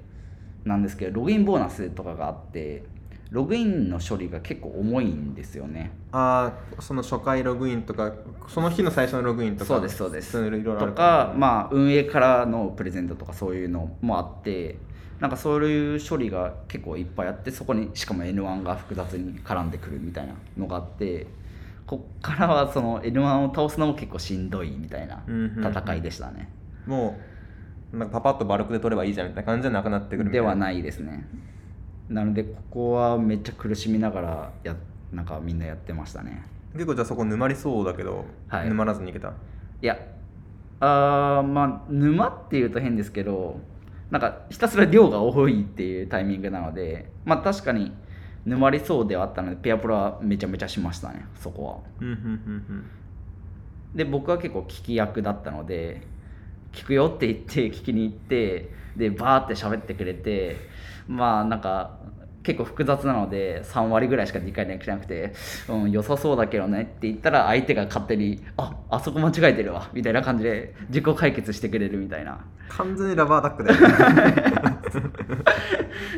Speaker 2: なんですけどログインボーナスとかがあってログインの処理が結構重いんですよね
Speaker 1: ああその初回ログインとかその日の最初のログインとか
Speaker 2: そうですそうです
Speaker 1: いろいろあ
Speaker 2: と
Speaker 1: る
Speaker 2: か、まあ、運営からのプレゼントとかそういうのもあってなんかそういう処理が結構いっぱいあってそこにしかも N1 が複雑に絡んでくるみたいなのがあってこっからはその N1 を倒すのも結構しんどいみたいな
Speaker 1: うんうんうん
Speaker 2: 戦いでしたね、
Speaker 1: もうなんかパパッとバルクで取ればいいじゃんみたいな感じじゃなくなってくるみた
Speaker 2: で
Speaker 1: いな
Speaker 2: はないですねなのでここはめっちゃ苦しみながらやなんかみんなやってましたね
Speaker 1: 結構じゃあそこ沼りそうだけど、
Speaker 2: はい
Speaker 1: 沼らずにいけた
Speaker 2: いやあーまあ沼っていうと変ですけどなんかひたすら量が多いっていうタイミングなのでまあ確かに沼りそうではあったのでペアプロはめちゃめちゃしましたねそこは
Speaker 1: うんうんうん
Speaker 2: で僕は結構聞き役だったので聞くよって言って聞きに行ってでバーって喋ってくれてまあなんか結構複雑なので3割ぐらいしか理解できなくて、うん、良さそうだけどねって言ったら相手が勝手に「ああそこ間違えてるわ」みたいな感じで自己解決してくれるみたいな
Speaker 1: うん完全にラバーアタックだよね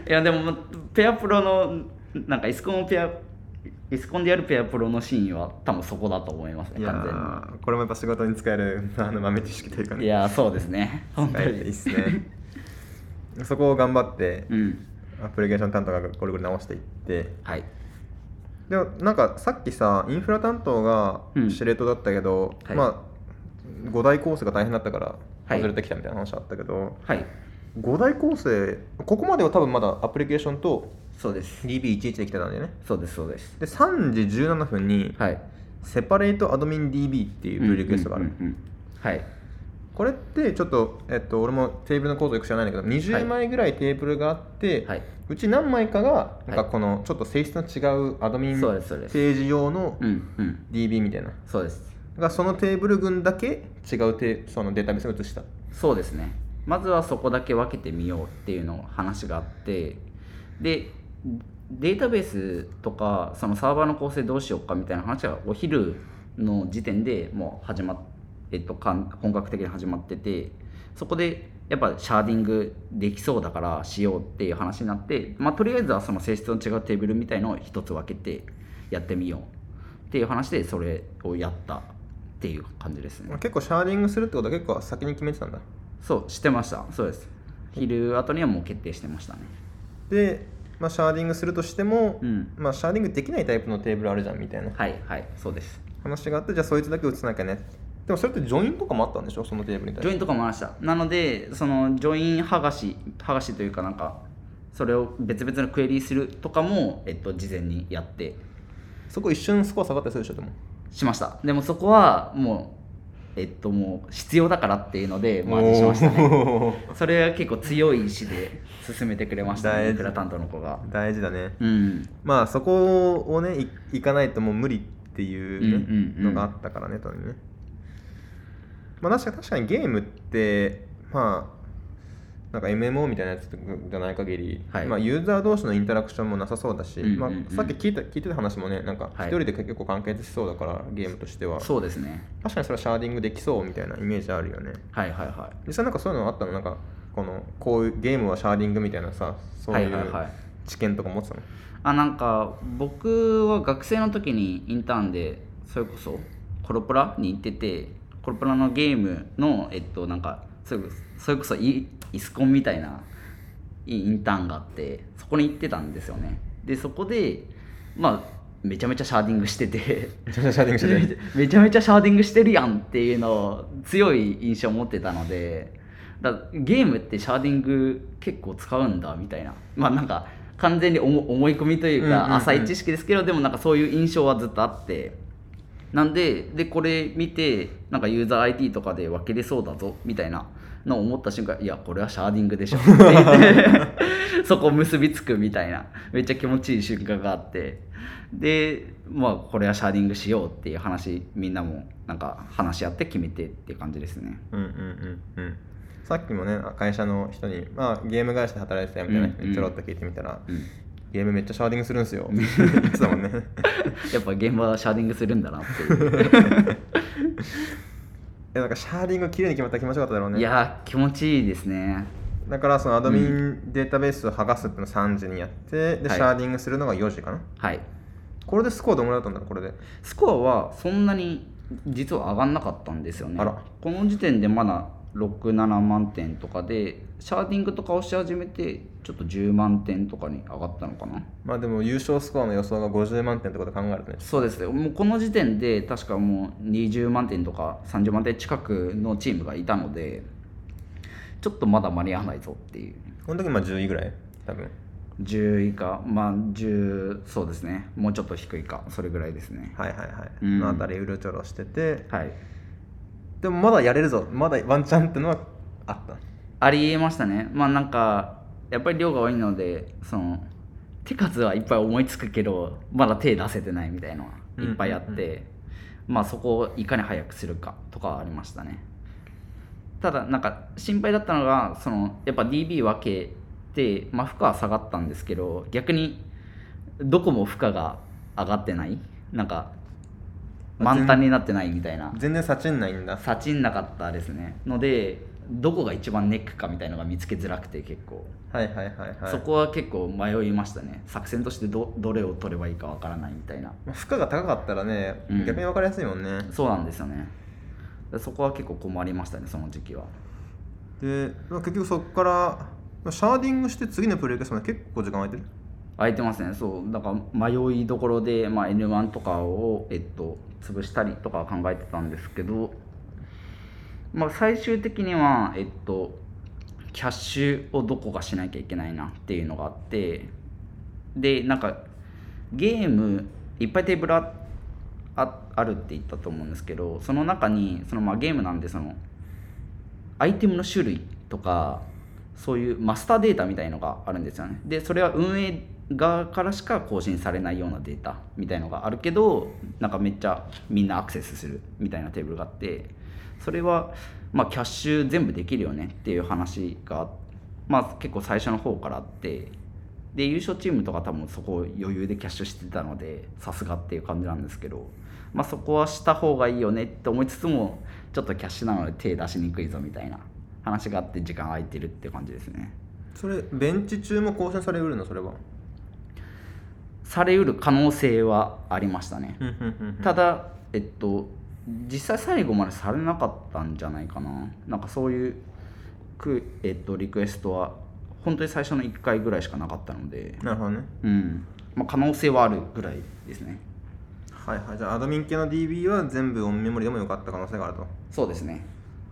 Speaker 2: いやでもペアプロのなんかイスコンペアイスコンでやるペアプロのシーンは多分そこだと思います
Speaker 1: い
Speaker 2: ね
Speaker 1: や
Speaker 2: 完全に
Speaker 1: ーこれもやっぱ仕事 に使えるあの豆知識というかね
Speaker 2: いやそうですね本
Speaker 1: 使
Speaker 2: 当
Speaker 1: え
Speaker 2: に
Speaker 1: ていいっすねそこを頑張って、
Speaker 2: うん
Speaker 1: アプリケーション担当がゴリゴリ直していって
Speaker 2: はい
Speaker 1: でもなんかさっきさインフラ担当が
Speaker 2: うん
Speaker 1: 司令塔だったけど、
Speaker 2: はい
Speaker 1: まあ5大構成が大変だったから
Speaker 2: はい
Speaker 1: 外れてきたみたいな話あったけど、
Speaker 2: はい
Speaker 1: 五5大構成ここまでは多分まだアプリケーションと
Speaker 2: そうです
Speaker 1: DB11 できてたんだよね
Speaker 2: そうですそうです
Speaker 1: で3時17分に
Speaker 2: はい
Speaker 1: セパレートアドミン DB っていうプリクエストがある、
Speaker 2: うんうんうんはい
Speaker 1: これってちょっと、えっと、俺もテーブルの構造よく知らないんだけど
Speaker 2: はい
Speaker 1: 20枚ぐらいテーブルがあって、
Speaker 2: はいう
Speaker 1: ち何枚かがなん
Speaker 2: は
Speaker 1: か
Speaker 2: い
Speaker 1: このちょっと性質の違うアドミンペ
Speaker 2: そうですそうです
Speaker 1: ージ用の
Speaker 2: うんうん
Speaker 1: DB みたいな、
Speaker 2: そうです
Speaker 1: だからそのテーブル群だけ違うテーそのデータベースに移した
Speaker 2: そうですねまずはそこだけ分けてみようっていうの話があってでデータベースとかそのサーバーの構成どうしようかみたいな話はお昼の時点でもう始まっ、えっと、かん本格的に始まっててそこでやっぱシャーディングできそうだからしようっていう話になって、まあ、とりあえずはその性質の違うテーブルみたいのを一つ分けてやってみようっていう話でそれをやったっていう感じですね。
Speaker 1: 結構シャーディングするってことは結構先に決めてたんだ
Speaker 2: そうしてましたそうです昼後にはもう決定してましたね
Speaker 1: で、まあ、シャーディングするとしても、
Speaker 2: うん
Speaker 1: まあ、シャーディングできないタイプのテーブルあるじゃんみたいな
Speaker 2: はいはいそうです
Speaker 1: 話があってじゃあそいつだけ移さなきゃねでもそれってジョインとかもあったんでしょそのテーブルに対
Speaker 2: ジョ
Speaker 1: し
Speaker 2: インとかもありましたなのでそのジョイン剥がし剥がしというかなんかそれを別々のクエリするとかも、えっと、事前にやって
Speaker 1: てそこ一瞬スコア下がったりするでしょでも
Speaker 2: しましたでもそこはもうえっともう必要だからっていうのでマージしましたね
Speaker 1: おー
Speaker 2: それは結構強い意志で進めてくれましたね
Speaker 1: 大事
Speaker 2: インフラ担当の子が
Speaker 1: 大事だね
Speaker 2: うん
Speaker 1: まあそこをねい行かないともう無理っていう,、ね
Speaker 2: うんうんうん
Speaker 1: のがあったからね多分ねまあ確か確かにゲームってまあなんか MMO みたいなやつじゃない限り、
Speaker 2: はい
Speaker 1: まあ、ユーザー同士のインタラクションもなさそうだし、
Speaker 2: うんうんうん
Speaker 1: まあ、さっき聞いた聞いてた話もねなんか一
Speaker 2: はい
Speaker 1: 人で結構完結しそうだから、ゲームとしては
Speaker 2: そうですね
Speaker 1: 確かにそれはシャーディングできそうみたいなイメージあるよね
Speaker 2: はいはいは
Speaker 1: 実際なんかそういうのあったのなんかこのこういうゲームはシャーディングみたいなさ
Speaker 2: い
Speaker 1: そう
Speaker 2: はいいはいうはい
Speaker 1: 知見とか持ってたの、
Speaker 2: あなんか僕は学生の時にインターンでそれこそコロプラに行っててコロプラのゲームのえっとなんかそれこそそれこそイイスコンみたいないインターンがあってそこに行ってたんですよねでそこでまあめちゃめちゃシャーディングしてて
Speaker 1: めちゃめちゃシャーディングしてて
Speaker 2: めちゃめちゃシャーディングしてるやんっていうのを強い印象を持ってたのでだゲームってシャーディング結構使うんだみたいなまあなんか完全に思思い込みという
Speaker 1: うんうんうん
Speaker 2: か浅い知識ですけど、でもなんかそういう印象はずっとあってなんででこれ見てなんかユーザー ID とかで分けれそうだぞみたいなのを思った瞬間いやこれはシャーディングでしょって言 って そこ結びつくみたいなめっちゃ気持ちいい瞬間があってでまあこれはシャーディングしようっていう話みんなもなんか話し合って決めてっていう感じですね
Speaker 1: うんうんうんうんさっきもねあ会社の人に、まあ、ゲーム会社で働いてたよみたいな人
Speaker 2: うんう
Speaker 1: に
Speaker 2: ん
Speaker 1: ちょろっと聞いてみたら、
Speaker 2: うん
Speaker 1: ゲームめっちゃシャーディングするんすよ言ってたもんね
Speaker 2: やっぱ現場はシャーディングするんだなって いう
Speaker 1: えなんかシャーディング綺麗に決まったら気持ちよかっただろうね
Speaker 2: いやー気持ちいいですね
Speaker 1: だからそのアドミンデータベースを剥がすっていうのを3時にやってで、
Speaker 2: はい
Speaker 1: シャーディングするのが4時かな
Speaker 2: はい
Speaker 1: これでスコアどのぐらいだったんだろうこれで
Speaker 2: スコアはそんなに実は上がんなかったんですよね
Speaker 1: あら
Speaker 2: この時点でまだ67万点とかでシャーディングとかをし始めてちょっと10万点とかに上がったのかな
Speaker 1: まあでも優勝スコアの予想が50万点ってこと考えるとね
Speaker 2: そうですねもうこの時点で確かもう20万点とか30万点近くのチームがいたのでちょっとまだ間に合わないぞっていう
Speaker 1: この時まあ10位ぐらい多分
Speaker 2: 10以下まあ10そうですねもうちょっと低いかそれぐらいですね
Speaker 1: はいはいはい、
Speaker 2: うん
Speaker 1: のあたりうろちょろしてて
Speaker 2: はい
Speaker 1: でもまだやれるぞまだワンチャンってのはあった
Speaker 2: ありえましたねまあなんかやっぱり量が多いのでその手数はいっぱい思いつくけどまだ手出せてないみたいのは
Speaker 1: うん
Speaker 2: いっぱいあって、
Speaker 1: うんう
Speaker 2: まあそこをいかに早くするかとかはありましたねただなんか心配だったのがそのやっぱ DB 分けて、まあ、負荷は下がったんですけど逆にどこも負荷が上がってないなんか満タンになってないみたいな
Speaker 1: 全然サチんないんだ
Speaker 2: さちんなかったですねのでどこが一番ネックかみたいのが見つけづらくて結構、
Speaker 1: はいはいはいはい
Speaker 2: そこは結構迷いましたね作戦としてどどれを取ればいいかわからないみたいな
Speaker 1: まあ負荷が高かったらね、
Speaker 2: うん
Speaker 1: 逆に分かりやすいもんね
Speaker 2: そうなんですよねそこは結構困りましたねその時期は
Speaker 1: で、まあ、結局そこからシャーディングして次のプレイケースまで結構時間空いてる
Speaker 2: 空いてますねそうだから迷いどころで、まあ、N1 とかを、えっと、潰したりとかは考えてたんですけど、まあ、最終的には、えっと、キャッシュをどこかしなきゃいけないなっていうのがあってでなんかゲームいっぱいテーブルあああるって言ったと思うんですけどその中にその、まあ、ゲームなんでそのアイテムの種類とかそういうマスターデータみたいのがあるんですよねでそれは運営側からしか更新されないようなデータみたいのがあるけどなんかめっちゃみんなアクセスするみたいなテーブルがあってそれはまあキャッシュ全部できるよねっていう話がまあ結構最初の方からあってで優勝チームとか多分そこを余裕でキャッシュしてたのでさすがっていう感じなんですけど、まあ、そこはした方がいいよねって思いつつもちょっとキャッシュなので手出しにくいぞみたいな話があって時間空いてるって感じですね
Speaker 1: それベンチ中も更新されうるのそれは
Speaker 2: されうる可能性はありましたね、
Speaker 1: うんうんうんうん
Speaker 2: ただえっと実際最後までされなかったんじゃないかななんかそういうく、えっと、リクエストは本当に最初の1回ぐらいしかなかったので
Speaker 1: なるほどね
Speaker 2: うん、まあ、可能性はあるぐらいですね
Speaker 1: はいはいじゃあアドミン系の DB は全部オンメモリでもよかった可能性があると
Speaker 2: そうですね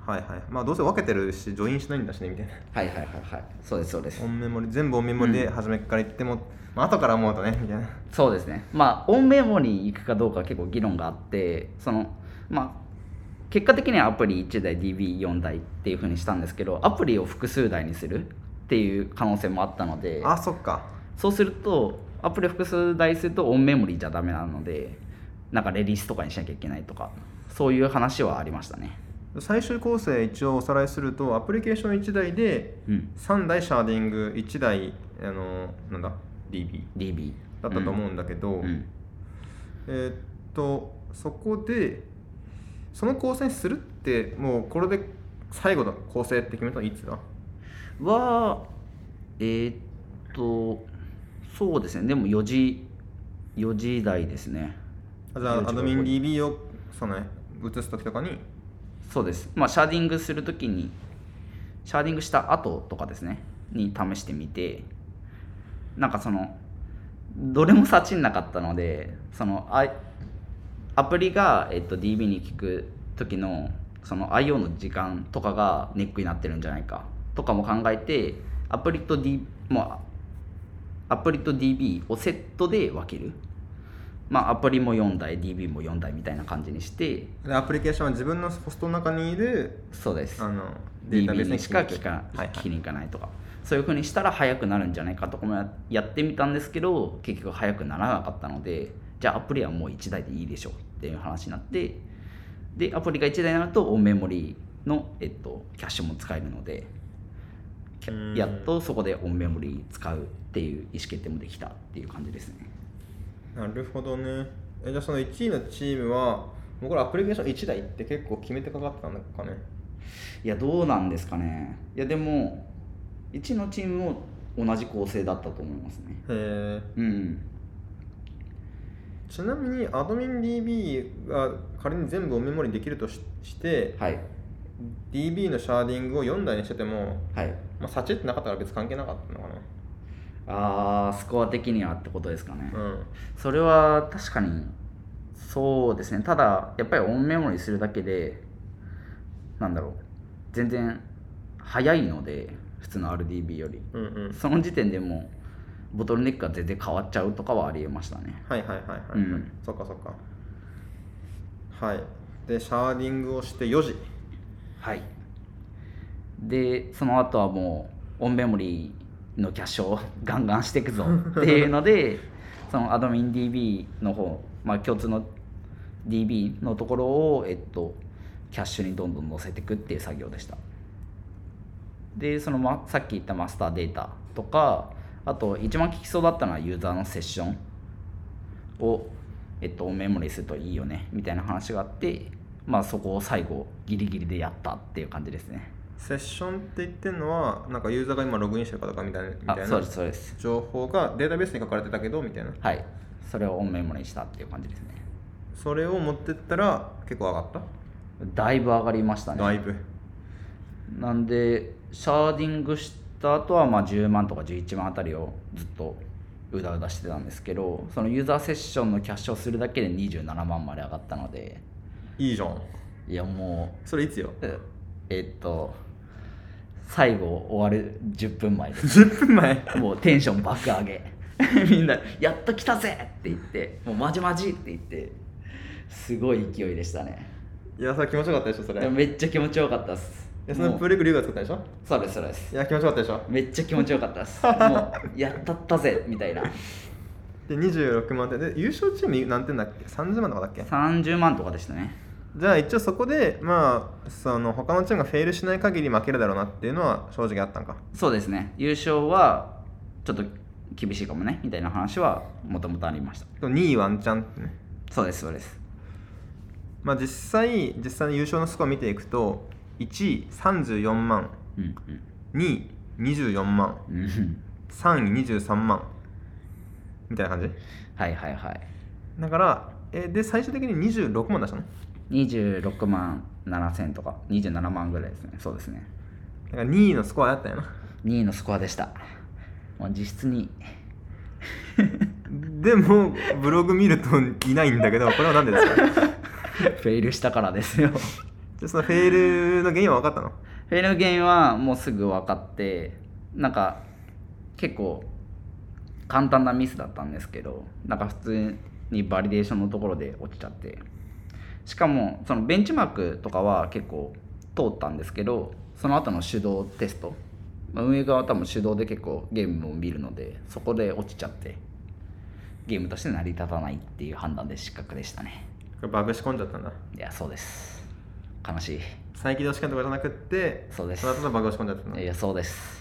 Speaker 1: はいはいまあどうせ分けてるしジョインしないんだしねみた いな
Speaker 2: はいはいはいはいそうですそうです
Speaker 1: オンメモリ全部オンメモリで初めから言っても、まあ後から思うとねみたいな
Speaker 2: そうですねまあオンメモに行くかどうかは結構議論があってそのまあ結果的にはアプリ1台 DB4 台っていうふうにしたんですけどアプリを複数台にするっていう可能性もあったので
Speaker 1: あそっか
Speaker 2: そうするとアプリを複数台するとオンメモリじゃダメなのでなんかレリースとかにしなきゃいけないとかそういう話はありましたね
Speaker 1: 最終構成一応おさらいするとアプリケーション1台で
Speaker 2: うん
Speaker 1: 3台シャーディング1台あのなんだ DB
Speaker 2: DB
Speaker 1: だったと思うんだけど、
Speaker 2: うん、うん
Speaker 1: えーっとそこでその構成にするってもうこれで最後の構成って決めたのいつだ
Speaker 2: はえーっとそうですねでも4時4時台ですね
Speaker 1: あじゃあ
Speaker 2: いや
Speaker 1: アドミン
Speaker 2: 違う
Speaker 1: DB をその、ね、移す時とかに
Speaker 2: そうですまあシャーディングするときにシャーディングした後とかですねに試してみてなんかそのどれも差ちんなかったのでそのあアプリが、えっと、DB に聞く時のその IO の時間とかがネックになってるんじゃないかとかも考えてアプリと D もうアプリと DB をセットで分けるまあアプリも4台 DB も4台みたいな感じにして
Speaker 1: でアプリケーションは自分のホストの中にいる
Speaker 2: そうです
Speaker 1: あのデータ
Speaker 2: DB
Speaker 1: ベース
Speaker 2: に
Speaker 1: に
Speaker 2: しか聞か
Speaker 1: は
Speaker 2: ない
Speaker 1: い、は
Speaker 2: 聞き
Speaker 1: い、
Speaker 2: に行かないとかそういうふうにしたら早くなるんじゃないかとかもややってみたんですけど結局早くならなかったのでじゃあアプリはもう1台でいいでしょうっていう話になってでアプリが1台になるとオンメモリの、えっと、キャッシュも使えるのでキャ
Speaker 1: うーん
Speaker 2: やっとそこでオンメモリ使うっていう意思決定もできたっていう感じですね
Speaker 1: なるほどねえじゃあその1位のチームはもうこれアプリケーション1台って結構決めてかかったのかね
Speaker 2: いやどうなんですかねいやでも1のチームも同じ構成だったと思いますね
Speaker 1: へえ
Speaker 2: うん
Speaker 1: ちなみにアドミン DB が仮に全部おメモリできるとしして、
Speaker 2: はい
Speaker 1: DB のシャーディングを4台にしてても、
Speaker 2: はい
Speaker 1: まあ、サチってなかったから別に関係なかったのかな
Speaker 2: あースコア的にはってことですかね、
Speaker 1: うん
Speaker 2: それは確かにそうですねただやっぱりオンメモリするだけでなんだろう全然早いので普通の RDB より
Speaker 1: うんうん
Speaker 2: その時点でもうボトルネックが全然変わっちゃうとかはありえましたね
Speaker 1: はいはいはいはい、はい
Speaker 2: うん
Speaker 1: そっかそっかはいでシャーディングをして4時
Speaker 2: はいでその後はもうオンメモリのキャッシュを ガンガンしていくぞ っていうのでそのアドミン DB の方まあ共通の DB のところをえっとキャッシュにどんどん載せていくっていう作業でしたでその、ま、さっき言ったマスターデータとかあと一番効きそうだったのはユーザーのセッションを、えっと、メモリするといいよねみたいな話があって、まあ、そこを最後ギリギリでやったっていう感じですね
Speaker 1: セッションって言ってるのはなんかユーザーが今ログインしてるかとかみたいなみた
Speaker 2: あ
Speaker 1: い
Speaker 2: そう
Speaker 1: な
Speaker 2: ですそうです
Speaker 1: 情報がデータベースに書かれてたけどみたいな
Speaker 2: はいそれをオンメモリしたっていう感じですね
Speaker 1: それを持ってったら結構上がった、
Speaker 2: だいぶ上がりましたね
Speaker 1: だいぶ
Speaker 2: なんでシャーディングした後はまあ10万とか11万あたりをずっとうだうだしてたんですけどそのユーザーセッションのキャッシュをするだけで27万まで上がったので
Speaker 1: いいじゃん
Speaker 2: いやもう
Speaker 1: それいつよ
Speaker 2: ええっと最後終わる10分前です
Speaker 1: 10分前
Speaker 2: もうテンション爆上げ みんな「やっと来たぜ!」って言って「もうマジマジ!」って言ってすごい勢いでしたね
Speaker 1: いやそれ気持ちよかったでしょそれ
Speaker 2: でもめっちゃ気持ちよかったっす
Speaker 1: いやその
Speaker 2: もう
Speaker 1: プレグリュウが作ったでしょ
Speaker 2: そうですそうです
Speaker 1: いや気持ちよかったでしょ
Speaker 2: めっちゃ気持ちよかった っすもうやったったぜみたいな
Speaker 1: で26万点で優勝チーム何点だっけ30万とかだっけ
Speaker 2: 30万とかでしたね
Speaker 1: じゃあ一応そこでまあその他のチームがフェールしない限り負けるだろうなっていうのは正直あったんか
Speaker 2: そうですね優勝はちょっと厳しいかもねみたいな話はもともとありました
Speaker 1: でも2位ワンチャンってね
Speaker 2: そうですそうです
Speaker 1: まあ実際実際の優勝のスコア見ていくと1位34万
Speaker 2: うん
Speaker 1: 2位24万
Speaker 2: うんうん
Speaker 1: 3位23万みたいな感じ
Speaker 2: はいはいはい
Speaker 1: だからえで最終的に26万出したの
Speaker 2: 26万7000とか27万ぐらいですねそうですね
Speaker 1: だから2位のスコアだったんやな
Speaker 2: 2位のスコアでしたもう実質2位
Speaker 1: でもブログ見るといないんだけどこれは何でですか
Speaker 2: フェイルしたからですよ
Speaker 1: でそのフェールの原因は分かったの
Speaker 2: フェイルの原因はもうすぐ分かってなんか結構簡単なミスだったんですけどなんか普通にバリデーションのところで落ちちゃってしかもそのベンチマークとかは結構通ったんですけどその後の手動テストまあ運営側は多分手動で結構ゲームを見るのでそこで落ちちゃってゲームとして成り立たないっていう判断で失格でしたね
Speaker 1: これバグ仕込んじゃったんだ
Speaker 2: いやそうです悲しい
Speaker 1: 再起動試験とかじゃなくって
Speaker 2: そうです
Speaker 1: の後のバグを仕込んじゃったんだ
Speaker 2: い
Speaker 1: いや
Speaker 2: やそうです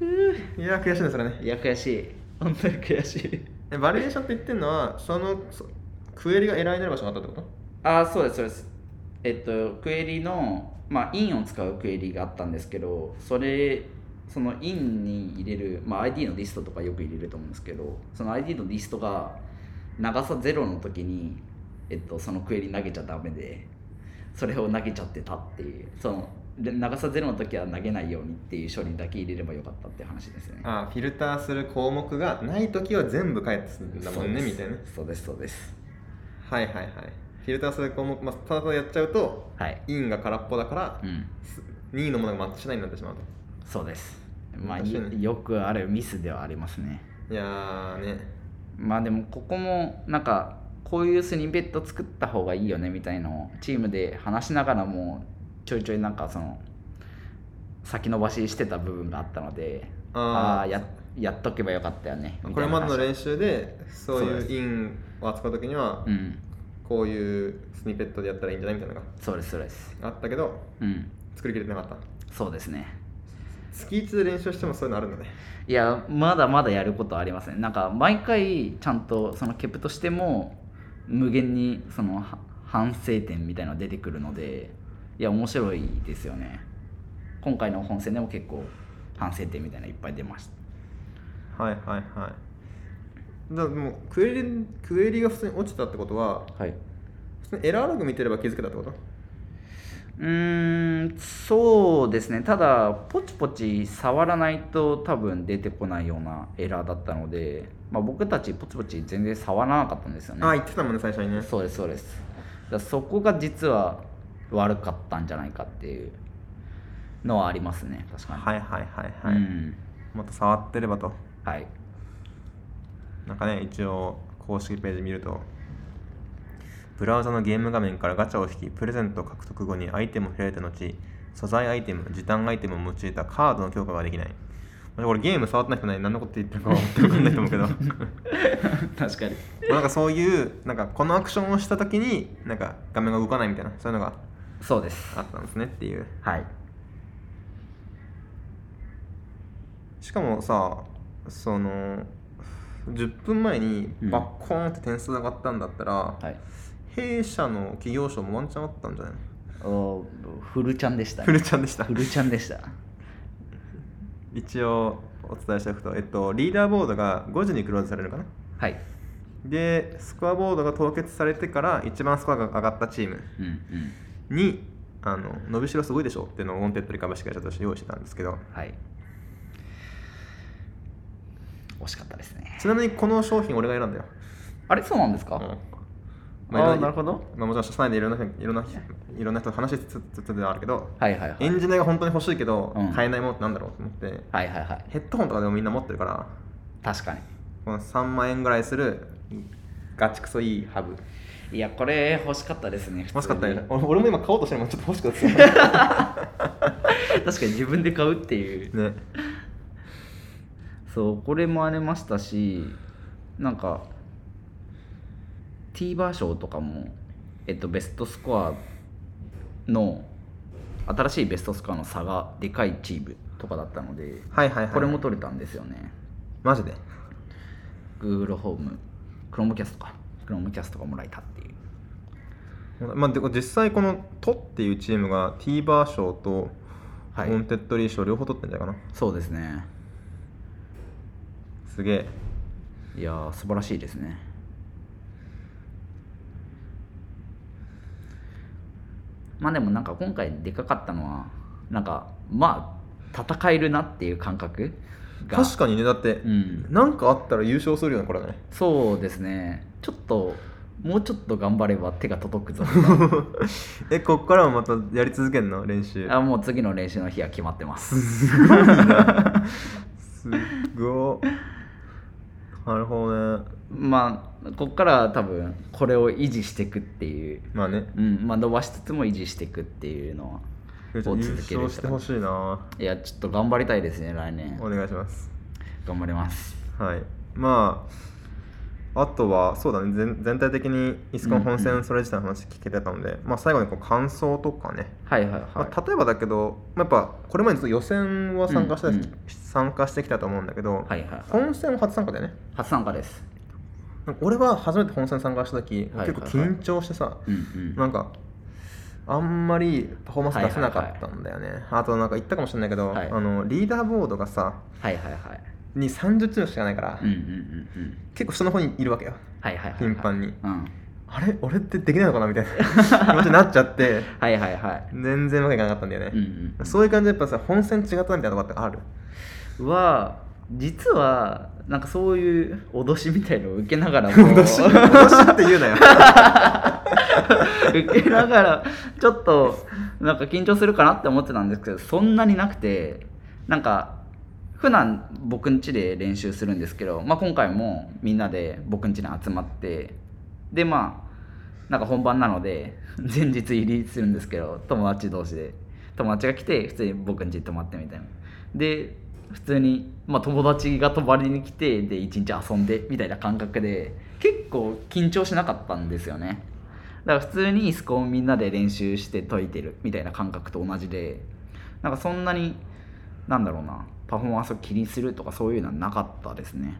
Speaker 1: 悔しいねそれね
Speaker 2: いや悔しい本当に悔しい
Speaker 1: えバリエーションって言ってるのはそのそクエリがエラーになる場所があったってこと
Speaker 2: ああそうですそうですえっとクエリのまあインを使うクエリがあったんですけどそれそのインに入れる、まあ、ID のリストとかよく入れると思うんですけどその ID のリストが長さゼロの時に、えっと、そのクエリ投げちゃダメでそれを投げちゃってたっていうそので長さゼロの時は投げないようにっていう処理だけ入れればよかったって話ですよね
Speaker 1: ああフィルターする項目がない時は全部返ってするんだもんねみたいな
Speaker 2: そうですそうです
Speaker 1: はいはいはいフィルターする項目、まあ、ただただやっちゃうと
Speaker 2: はい
Speaker 1: インが空っぽだから
Speaker 2: うん
Speaker 1: 2位のものがマッチしないになってしまうと
Speaker 2: そうですまあ
Speaker 1: 確かに
Speaker 2: よよくあるミスではありますね
Speaker 1: いやーね
Speaker 2: まあでもここもなんかこういうスニペット作った方がいいよねみたいのをチームで話しながらもちょいちょいなんかその先延ばししてた部分があったので
Speaker 1: あー
Speaker 2: ああーややっとけばよかったよねみ
Speaker 1: こ
Speaker 2: たい
Speaker 1: れ
Speaker 2: な
Speaker 1: ま
Speaker 2: 話
Speaker 1: での練習でそう
Speaker 2: そうで
Speaker 1: いう
Speaker 2: す
Speaker 1: インを扱う時には
Speaker 2: うん
Speaker 1: こういうスニペットでやったらいいんじゃないみたいなの
Speaker 2: そうですそうです
Speaker 1: があったけど
Speaker 2: うん
Speaker 1: 作りきれてなかった
Speaker 2: そうですね
Speaker 1: 月1で練習してもそういうのあるんだね
Speaker 2: いやまだまだやることありますねなんか毎回ちゃんとそのケプとしても無限にそのは反省点みたいなのが出てくるのでいや面白いですよね今回の本戦でも結構反省点みたいなのいっぱい出ました
Speaker 1: はいはいはいだからもうクエリクエリが普通に落ちたってことは
Speaker 2: はいう
Speaker 1: 普通にエラーログ見てれば気づけたってこと
Speaker 2: ーんそうですねただポチポチ触らないと多分出てこないようなエラーだったので、まあ、僕たちポチポチ全然触らなかったんですよね
Speaker 1: ああ言ってたもんね最初にね
Speaker 2: そうですそうですだからそこが実は悪かったんじゃないかっていうのはありますね確かに
Speaker 1: はいはいはいはい、
Speaker 2: うん
Speaker 1: もっと触ってればと
Speaker 2: はい、
Speaker 1: なんかね一応公式ページ見るとブラウザのゲーム画面からガチャを引きプレゼントを獲得後にアイテムを開いた後素材アイテム時短アイテムを用いたカードの強化ができない俺これゲーム触ってない人ない何のこと言ってるか分かんないと思う けど
Speaker 2: 確かに
Speaker 1: なんかそういうなんかこのアクションをした時になんか画面が動かないみたいなそういうのが
Speaker 2: そうです
Speaker 1: あったんですねっていう
Speaker 2: はい
Speaker 1: しかもさその10分前にバッコーンって点数上がったんだったら、
Speaker 2: はい
Speaker 1: 弊社の企業賞もワンチャンあったんじゃないの
Speaker 2: おフルちゃんでした、
Speaker 1: フルちゃんでした
Speaker 2: フルちゃんでした
Speaker 1: 一応お伝えしておくと、えっと、リーダーボードが5時にクローズされるのかな
Speaker 2: はい
Speaker 1: でスコアボードが凍結されてから一番スコアが上がったチーム
Speaker 2: うんうん
Speaker 1: にあの伸びしろすごいでしょっていうのをウォンテッドリカバシ会社として用意してたんですけど
Speaker 2: はい惜しかったですね
Speaker 1: ちなみにこの商品俺が選んだよ、
Speaker 2: あれそうなんです
Speaker 1: う
Speaker 2: か、
Speaker 1: ん
Speaker 2: あー
Speaker 1: いろ
Speaker 2: なるほど
Speaker 1: まあ、もちろん社内でいろんな人いろんな人いろんな人と話しつつつではあるけど、
Speaker 2: はいはいはい
Speaker 1: エンジニアが本当に欲しいけど、
Speaker 2: うん
Speaker 1: 買えないものってなんだろうと思って、
Speaker 2: はいはいはい
Speaker 1: ヘッドホンとかでもみんな持ってるから
Speaker 2: 確かに
Speaker 1: この3万円ぐらいするガチクソいいハブ
Speaker 2: いやこれ欲しかったですね
Speaker 1: 欲しかった
Speaker 2: 普通
Speaker 1: ね
Speaker 2: に
Speaker 1: 俺俺も今買おうとしてるもんちょっと欲しくなってた
Speaker 2: 確かに自分で買うって いう
Speaker 1: ね
Speaker 2: そうこれもありましたしなんか TVer 賞とかも、えっと、ベストスコアの新しいベストスコアの差がでかいチームとかだったので
Speaker 1: はいはいはい
Speaker 2: これも取れたんですよね
Speaker 1: マジで
Speaker 2: Google ホーム Chromecast か Chromecast がもらえたっていう
Speaker 1: まあ、で実際この「ト」っていうチームが TVer 賞と
Speaker 2: はい
Speaker 1: モンテッドリー賞両方取ってんじゃないかな、
Speaker 2: そうですね
Speaker 1: すげえ
Speaker 2: いやー素晴らしいですねまあでもなんか今回でかかったのはなんかまあ戦えるなっていう感覚が
Speaker 1: 確かにねだって、
Speaker 2: うん
Speaker 1: なんかあったら優勝するよねこれね
Speaker 2: そうですねちょっともうちょっと頑張れば手が届くぞ
Speaker 1: えこっからもまたやり続けんの練 習
Speaker 2: あもう次の練習の日は決まってます
Speaker 1: すっごいなるほどね
Speaker 2: まあこっからは多分これを維持していくっていう、
Speaker 1: まあね
Speaker 2: うんまあ、伸ばしつつも維持していくっていうのは
Speaker 1: 優
Speaker 2: を続けるって
Speaker 1: 勝してほしいない
Speaker 2: やちょっと頑張りたいですね来年
Speaker 1: お願いします
Speaker 2: 頑張ります
Speaker 1: はいまああとはそうだね全全体的にイスコン本
Speaker 2: うんう
Speaker 1: 戦それ自体の話聞けてたので、まあ、最後にこう感想とかね、
Speaker 2: はいはいはい、
Speaker 1: まあ、例えばだけど、まあ、やっぱこれまでずっと予選は参加して,、
Speaker 2: うんうん
Speaker 1: 参加してきたと思うんだけど、
Speaker 2: はいはいはい
Speaker 1: 本戦は初参加だよね
Speaker 2: 初参加です
Speaker 1: なんか俺は初めて本戦参加した時、
Speaker 2: はいはい
Speaker 1: 結構緊張してさ、
Speaker 2: うんうん
Speaker 1: なんかあんまりパフォーマンス出せなかったんだよね、あとなんか言ったかもしれないけど、
Speaker 2: はい
Speaker 1: あのリーダーボードがさ
Speaker 2: はいはいはい
Speaker 1: に30チームしかないから、
Speaker 2: うんうんうんうん
Speaker 1: 結構下の方にいるわけよ
Speaker 2: はいはいはいはい
Speaker 1: 頻繁に
Speaker 2: うん
Speaker 1: あれ俺ってできないのかなみた いな気持ちになっちゃって
Speaker 2: はいはいはい
Speaker 1: 全然わけがなかったんだよね、
Speaker 2: うんうん
Speaker 1: そういう感じでやっぱさ本戦違ったみたいなとこってある
Speaker 2: は実はなんかそういう脅しみたいのを受けながらも
Speaker 1: 脅し脅しって言うなよ
Speaker 2: 受けながらちょっとなんか緊張するかなって思ってたんですけどそんなになくてなんか普段僕ん家で練習するんですけど、まあ、今回もみんなで僕ん家に集まってでまあなんか本番なので前日入りするんですけど友達同士で友達が来て普通に僕ん家に泊まってみたいなで普通に、まあ、友達が泊まりに来てで一日遊んでみたいな感覚で結構緊張しなかったんですよねだから普通にイスコンみんなで練習して解いてるみたいな感覚と同じでなんかそんなになんだろうなパフォーマンスを気にするとかそういうのはなかったですね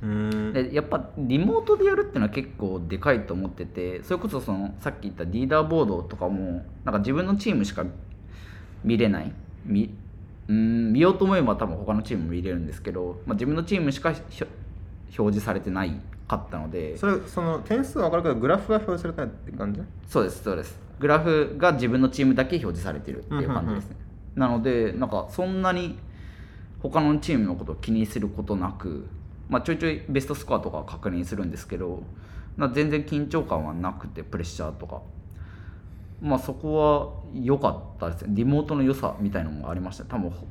Speaker 1: うーん
Speaker 2: でやっぱリモートでやるっていうのは結構でかいと思っててそれこそそのさっき言ったリーダーボードとかもなんか自分のチームしか見れない見うーん見ようと思えば多分他のチームも見れるんですけど、まあ、自分のチームしかひょ表示されてないかったので
Speaker 1: それその点数は分かるけどグラフが表示されてないって感じ
Speaker 2: そうですそうですグラフが自分のチームだけ表示されてるっていう感じですね、なのでなんかそんなに他のチームのことを気にすることなく、まあ、ちょいちょいベストスコアとかは確認するんですけどなんか全然緊張感はなくてプレッシャーとかまあそこは良かったですねリモートの良さみたいのもありました多分ほ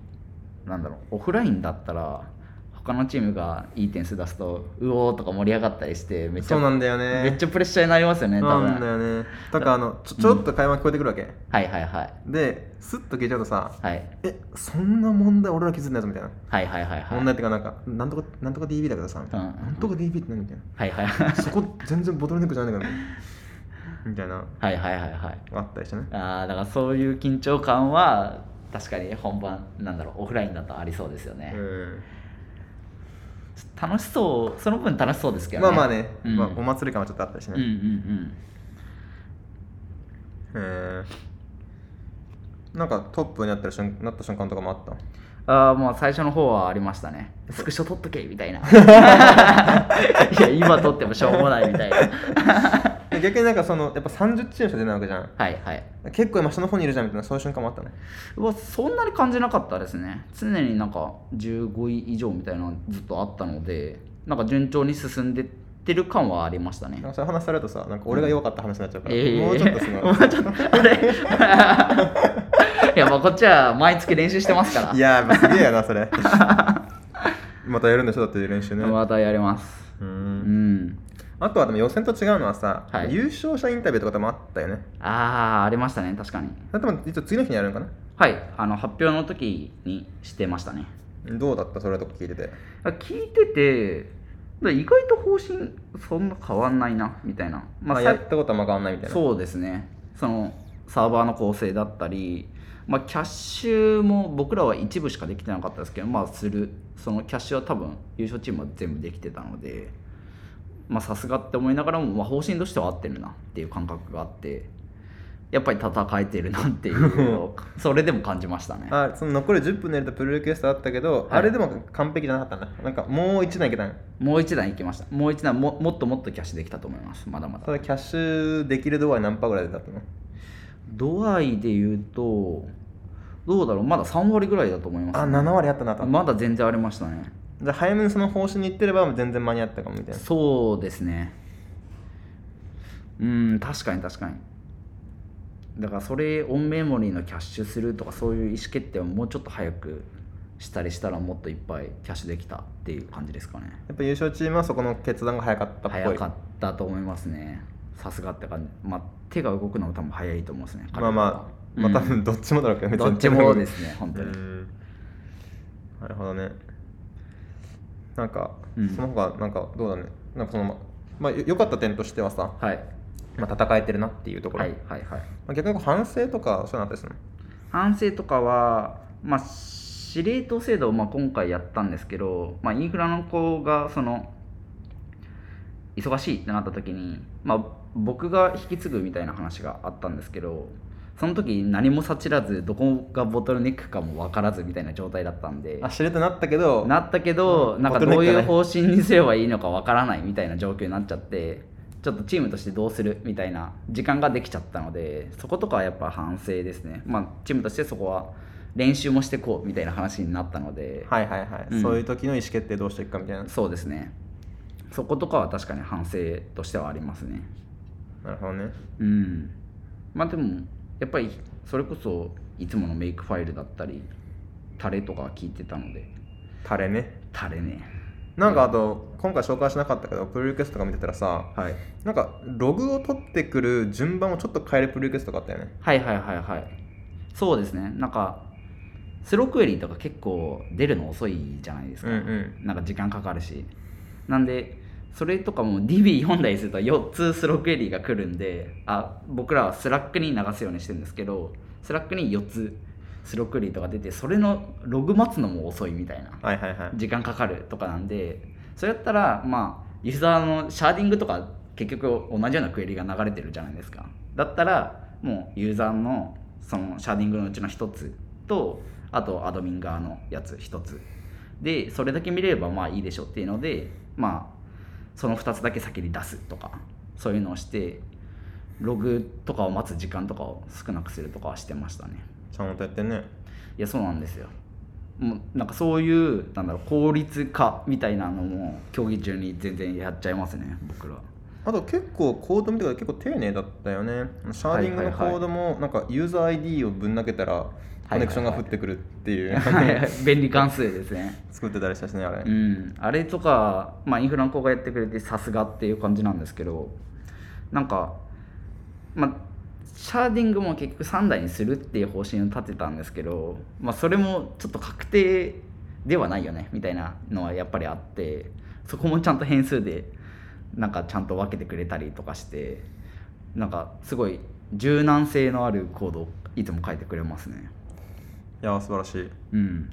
Speaker 2: なんだろうオフラインだったら他のチームがいい点数出すとうおーとか盛り上がったりしてめっち
Speaker 1: そう
Speaker 2: ゃ
Speaker 1: なんだよね
Speaker 2: めっちゃプレッシャーになりますよね多分
Speaker 1: なんだよねだからあのちょちょっと会話聞こえてくるわけ、
Speaker 2: はいはいはい
Speaker 1: でスッと聞いちゃうとさ
Speaker 2: はい
Speaker 1: えそんな問題俺ら気づいたやつみたいな、
Speaker 2: はいはいはいはい
Speaker 1: 問題っていうかなんかなんとかなんとか DB だけどさみたいな、
Speaker 2: うん
Speaker 1: なんとか DB って何みたい
Speaker 2: はい はい
Speaker 1: なそこ全然ボトルネックじゃないんだけどみたいな
Speaker 2: はいはいはいはい
Speaker 1: あったりしてね
Speaker 2: あーだからそういう緊張感は確かに本番なんだろうオフラインだとありそうですよね、
Speaker 1: うん
Speaker 2: 楽しそうその分楽しそうですけど
Speaker 1: まあま
Speaker 2: ね
Speaker 1: あね、
Speaker 2: うん、
Speaker 1: まあ、お祭り感はちょっとあったりして
Speaker 2: うんうん
Speaker 1: ね、えーなんかトップになった瞬なった瞬間とかもあった
Speaker 2: うんああもう最初の方はありましたねスクショ撮 っとけみたいないや今撮ってもしょうもないみたいな
Speaker 1: え逆になんかそのやっぱ30チームしか出ないわけじゃん
Speaker 2: はいはい
Speaker 1: 結構今下の方にいるじゃんみたいなそういう瞬間もあったね
Speaker 2: うわそんなに感じなかったですね常になんか15位以上みたいなのずっとあったのでなんか順調に進んでってる感はありましたね
Speaker 1: なんかそういう話されるとさなんか俺が弱かった話になっちゃうから、
Speaker 2: ええ
Speaker 1: もうちょっとそ
Speaker 2: もうちょっと
Speaker 1: の
Speaker 2: あれいやまあこっちは毎月練習してますから
Speaker 1: いやーやっぱすげえやなそれ またやるんでしょだって練習ね
Speaker 2: またやります
Speaker 1: う
Speaker 2: うんん
Speaker 1: あとはでも予選と違うのはさ、
Speaker 2: はい
Speaker 1: 優勝者インタビューとかでもあったよね
Speaker 2: ああありましたね確かに
Speaker 1: それとも一応次の日にやるのかな
Speaker 2: はいあの発表の時にしてましたね
Speaker 1: どうだったそれとか聞いてて
Speaker 2: 聞いてて意外と方針そんな変わんないなみたいな、
Speaker 1: まあ、
Speaker 2: さ
Speaker 1: やったことはまあ変わんないみたいなう
Speaker 2: そうですねそのサーバーの構成だったり、まあ、キャッシュも僕らは一部しかできてなかったですけどまあするそのキャッシュは多分優勝チームは全部できてたのでまあさすがって思いながらも、まあ、方針としては合ってるなっていう感覚があってやっぱり戦えてるなっていう のをそれでも感じましたね
Speaker 1: あその残り10分でやるとプロリクエストあったけど、
Speaker 2: い
Speaker 1: あれでも完璧じゃなかったんだなんかもう1段いけたん
Speaker 2: もう一段いきましたもう一段ももっともっとキャッシュできたと思いますまだまだ
Speaker 1: それキャッシュできる度合い何パーぐらいでだったの
Speaker 2: 度合いで言うとどうだろうまだ3割ぐらいだと思います
Speaker 1: あ7割あったなと、
Speaker 2: まだ全然ありましたね
Speaker 1: じゃあ早めにその方針に行ってれば全然間に合ったかもみたいな
Speaker 2: そうですねうん確かに確かにだからそれオンメモリーのキャッシュするとかそういう意思決定をもうちょっと早くしたりしたらもっといっぱいキャッシュできたっていう感じですかね
Speaker 1: やっぱ優勝チームはそこの決断が早かったっぽい
Speaker 2: 早かったと思いますねさすがって感じまあ手が動くのも多分早いと思うんですね
Speaker 1: まあまあま
Speaker 2: うん
Speaker 1: あ多分どっちもだろうけど、
Speaker 2: どっちもですね本当に
Speaker 1: うんなるほどねなんか、
Speaker 2: うん
Speaker 1: その他なんかどうだねなんかそのまあよ良かった点としてはさ、
Speaker 2: はい
Speaker 1: まあ、戦えてるなっていうところ、
Speaker 2: はいはいはい
Speaker 1: まあ、逆にこう反省とかそういうのあったりするの
Speaker 2: 反省とかは、まあ、司令塔制度をまあ今回やったんですけど、まあ、インフラの子がその忙しいってなった時に、まあ、僕が引き継ぐみたいな話があったんですけどその時何も察知らずどこがボトルネックかも分からずみたいな状態だったんで
Speaker 1: あ知れとなったけど
Speaker 2: なったけど、
Speaker 1: うん
Speaker 2: なんか
Speaker 1: ボトル
Speaker 2: ど
Speaker 1: ネック
Speaker 2: うい
Speaker 1: が
Speaker 2: う
Speaker 1: ね
Speaker 2: 方針にすればいいのかわからないみたいな状況になっちゃってちょっとチームとしてどうするみたいな時間ができちゃったのでそことかはやっぱ反省ですね、まあ、チームとしてそこは練習もしてこうみたいな話になったので、
Speaker 1: はいはいはい、
Speaker 2: うん
Speaker 1: そういう時の意思決定どうしていくかみたいな
Speaker 2: そうですねそことかは確かに反省としてはありますね
Speaker 1: なるほどね
Speaker 2: うんまあでもやっぱりそれこそいつものメイクファイルだったりタレとかは聞いてたので
Speaker 1: タレね
Speaker 2: タレね
Speaker 1: なんかあと今回紹介しなかったけどプロリクエストとか見てたらさ
Speaker 2: はい
Speaker 1: なんかログを取ってくる順番をちょっと変えるプロリクエストとかあったよね
Speaker 2: はいはいはいはいそうですねなんかスロークエリーとか結構出るの遅いじゃないですか、
Speaker 1: うんうん
Speaker 2: なんか時間かかるしなんでそれとかも DB 読んだりすると4つスロークエリーが来るんであ僕らはスラックに流すようにしてるんですけどスラックに4つスロークエリーとか出てそれのログ待つのも遅いみたいな
Speaker 1: はいはいはい
Speaker 2: 時間かかるとかなんでそれやったらまあユーザーのシャーディングとか結局同じようなクエリが流れてるじゃないですかだったらもうユーザーのそのシャーディングのうちの1つとあとアドミン側のやつ1つでそれだけ見れればまあいいでしょっていうのでまあその2つだけ先に出すとかそういうのをしてログとかを待つ時間とかを少なくするとかはしてましたね
Speaker 1: ちゃんとやってんね
Speaker 2: いやそうなんですよもうなんかそういうなんだろう効率化みたいなのも競技中に全然やっちゃいますね僕ら
Speaker 1: あと結構コード見てから結構丁寧だったよねシャーディングのコードもなんかユーザー ID をぶん投げたら
Speaker 2: い
Speaker 1: コネクションが降ってくるっていう
Speaker 2: 便利関数ですね
Speaker 1: 作ってたりしたしねあれ、
Speaker 2: うんあれとか、まあ、インフラの子がやってくれてさすがっていう感じなんですけどなんかまあシャーディングも結局3台にするっていう方針を立てたんですけど、まあ、それもちょっと確定ではないよねみたいなのはやっぱりあってそこもちゃんと変数でなんかちゃんと分けてくれたりとかしてなんかすごい柔軟性のあるコードをいつも書いてくれますね。
Speaker 1: いやー素晴らしい
Speaker 2: うん、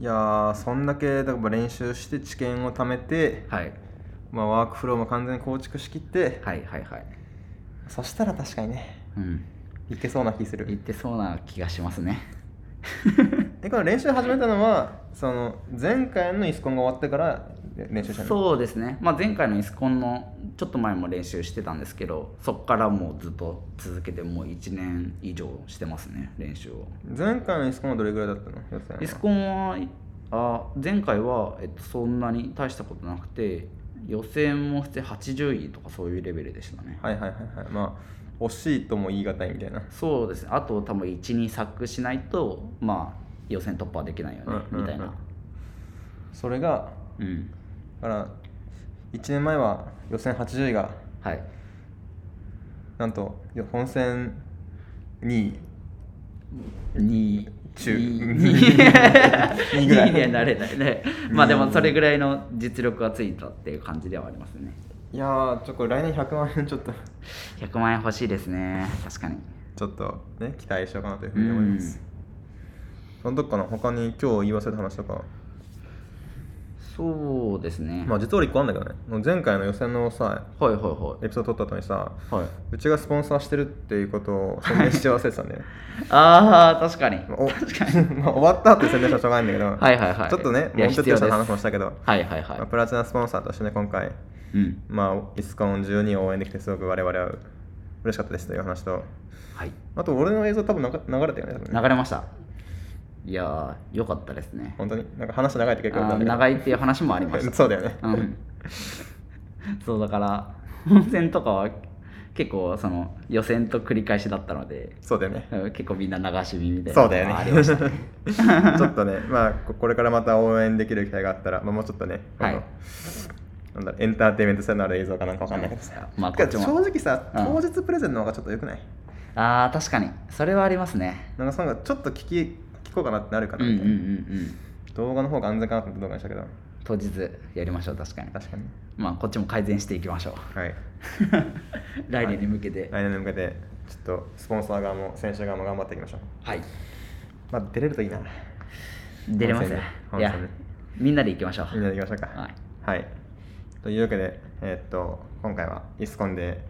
Speaker 1: いやーそんだけだから練習して知見を貯めて、
Speaker 2: はい
Speaker 1: まあ、ワークフローも完全に構築しきって
Speaker 2: はいはいはい。
Speaker 1: そしたら確かにね
Speaker 2: うん
Speaker 1: いけそうな気する
Speaker 2: 言ってそうな気がしますね
Speaker 1: えこの練習始めたのはその前回のイスコンが終わってから練習したの
Speaker 2: そうですね、まあ、前回のイスコンのちちょっと前も練習してたんですけどそっからもうずっと続けてもう1年以上してますね練習を
Speaker 1: 前回のイスコンはどれぐらいだったの予選は
Speaker 2: エスコンはあ前回は、えっと、そんなに大したことなくて予選もして80位とかそういうレベルでしたね、
Speaker 1: はいはいはいはいまあ惜しいとも言い難いみたいな
Speaker 2: そうですねあと多分12作しないとまあ予選突破はできないよね、
Speaker 1: うんうんうん
Speaker 2: みたいな
Speaker 1: それが
Speaker 2: うん
Speaker 1: だから1年前は予選80位が
Speaker 2: はい
Speaker 1: なんとよ本戦2位
Speaker 2: 2
Speaker 1: 中
Speaker 2: 2
Speaker 1: 二ぐらい
Speaker 2: にはなれないねまあでもそれぐらいの実力がついたっていう感じではありますね
Speaker 1: いやーちょっと来年100万円ちょっと
Speaker 2: 100万円欲しいですね確かに
Speaker 1: ちょっとね期待しようかなというふうに思います、そのとこかな他に今日言い忘れた話とか
Speaker 2: そうですね、
Speaker 1: まあ実は俺1個あんだけどねもう前回の予選のさ
Speaker 2: はいはいはい
Speaker 1: エピソード撮った後にさ
Speaker 2: はいう
Speaker 1: ちがスポンサーしてるっていうことを宣伝して忘れて たんだよね
Speaker 2: ああ確かに
Speaker 1: まあお
Speaker 2: 確かに
Speaker 1: まあ終わった後に宣伝したらしょうがないんだけど
Speaker 2: はいはいはい
Speaker 1: ちょっとね
Speaker 2: いや
Speaker 1: もうちょっ
Speaker 2: 必
Speaker 1: と
Speaker 2: 要で
Speaker 1: し
Speaker 2: す
Speaker 1: た話もしたけど、
Speaker 2: はいはいはい
Speaker 1: まあ、プラチナスポンサーとしてね今回
Speaker 2: うん
Speaker 1: まあイスコン12を応援できてすごく我々は嬉しかったですという話と
Speaker 2: はい
Speaker 1: あと俺の映像多分なか流れたよね多分ね
Speaker 2: 流れましたいやーよかったですね
Speaker 1: 本当になんか話長いって結構
Speaker 2: あ
Speaker 1: なん
Speaker 2: ー
Speaker 1: だ
Speaker 2: 長いっていう話もありま
Speaker 1: け
Speaker 2: し
Speaker 1: ど
Speaker 2: た
Speaker 1: そうだよね、
Speaker 2: うん、そうだから本戦とかは結構その予選と繰り返しだったので
Speaker 1: そうだよね
Speaker 2: うん結構みんな流し耳みたいな
Speaker 1: そう
Speaker 2: の
Speaker 1: だよ
Speaker 2: が
Speaker 1: ね
Speaker 2: ありましたね
Speaker 1: ちょっとね、まあ、ここれからまた応援できる機会があったら、まあ、もうちょっとね、
Speaker 2: はい
Speaker 1: あのなんだろうエンターテインメント性のある映像かなんかわかんないけどさ、
Speaker 2: まあ
Speaker 1: てか
Speaker 2: こっちも
Speaker 1: 正直さ、
Speaker 2: うん
Speaker 1: 当日プレゼンの方がちょっとよくない
Speaker 2: あー確かにそれはありますね
Speaker 1: なんかそのちょっと聞き聞こうかなってなるか
Speaker 2: う
Speaker 1: なんみ
Speaker 2: うん
Speaker 1: た
Speaker 2: う
Speaker 1: い
Speaker 2: ん
Speaker 1: な、
Speaker 2: うん
Speaker 1: 動画の方が安全かなと思って動画にしたけど、
Speaker 2: 当日やりましょう確かに
Speaker 1: 確かに。
Speaker 2: まあこっちも改善していきましょう
Speaker 1: はい、
Speaker 2: 来年に向けて
Speaker 1: 来年に向けて、ちょっとスポンサー側も選手側も頑張っていきましょう。
Speaker 2: はい、
Speaker 1: まあ、出れるといいな。
Speaker 2: 出れます
Speaker 1: 本戦ね
Speaker 2: ねいや
Speaker 1: 本戦ね
Speaker 2: みんなで行きましょう
Speaker 1: みんなでいきましょうか。
Speaker 2: はい
Speaker 1: はい。というわけで、えーっと、今回はイスコンで